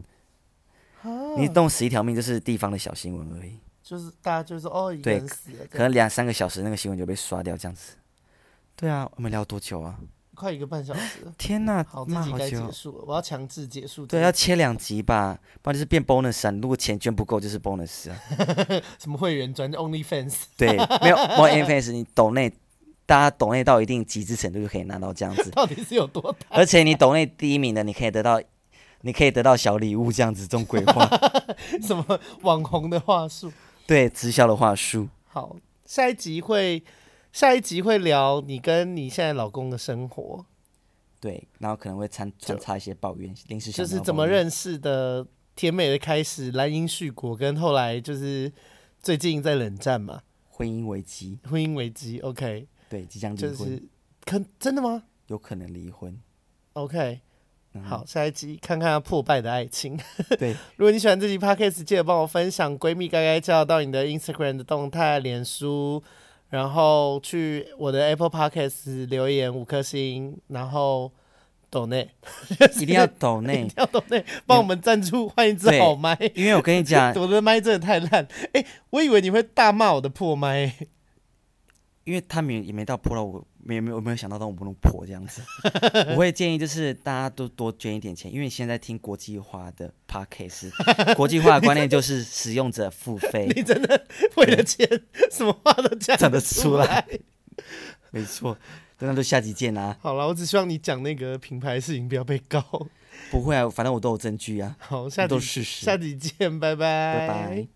哦
你动死一条命就是地方的小新闻而已，
就是大家就说哦，一个
对
人死了，
可
这样
能两三个小时那个新闻就被刷掉这样子。对啊，我们聊多久啊？
快一个半小时了。
天呐，
好，这
那
集
好
该
久
结。束了，我要强制结束这
对，啊
一集。
要切两集吧，不然就是变 bonus 啊。你如果钱捐不够，就是 bonus 啊。
什么会员专 OnlyFans，，
对，没有 more n f s 你抖内，大家抖内到一定极致程度就可以拿到这样子
到底是有多 大？
而且你抖内第一名的，你可以得到，你可以得到小礼物这样子，这种鬼话，
什么网红的话术？
对，直销的话术。
好，下一集会，下一集会聊你跟你现在老公的生活，
对，然后可能会掺穿插一些抱怨，临时想
就是
到
怎
抱
么
怨
认识的，甜美的开始，蓝因絮果，跟后来就是最近在冷战嘛，
婚姻危机，
婚姻危机。OK，
对，即将离
就
婚，
是可真的吗
有可能离 婚。
？OK，
嗯
好，下一集看看她破败的爱情。
对，
如果你喜欢这集 podcast，记得帮我分享闺蜜该该叫到你的 Instagram 的动态、脸书，然后去我的 Apple Podcast 留言五颗星，然后抖内
一定要抖内，
要抖内帮我们赞助换一支
对
好麦。
因为我跟你 讲，
我的麦真的太烂，哎、我以为你会大骂我的破麦、欸
因为他们也也没到破到我，没有没有没有想到到我不能破这样子。我会建议就是大家都多捐一点钱，因为现在听国际化的 podcast，国际化的观念就是使用者付费，
你真的为了钱什么话都讲
讲
得
得出来。没错，那就下集见啊啦、
好了，我只希望你讲那个品牌事情不要被告。
不会啊，反正我都有证据啊，
好，下
都
集
是事实。
下集见，拜
拜
拜，
拜。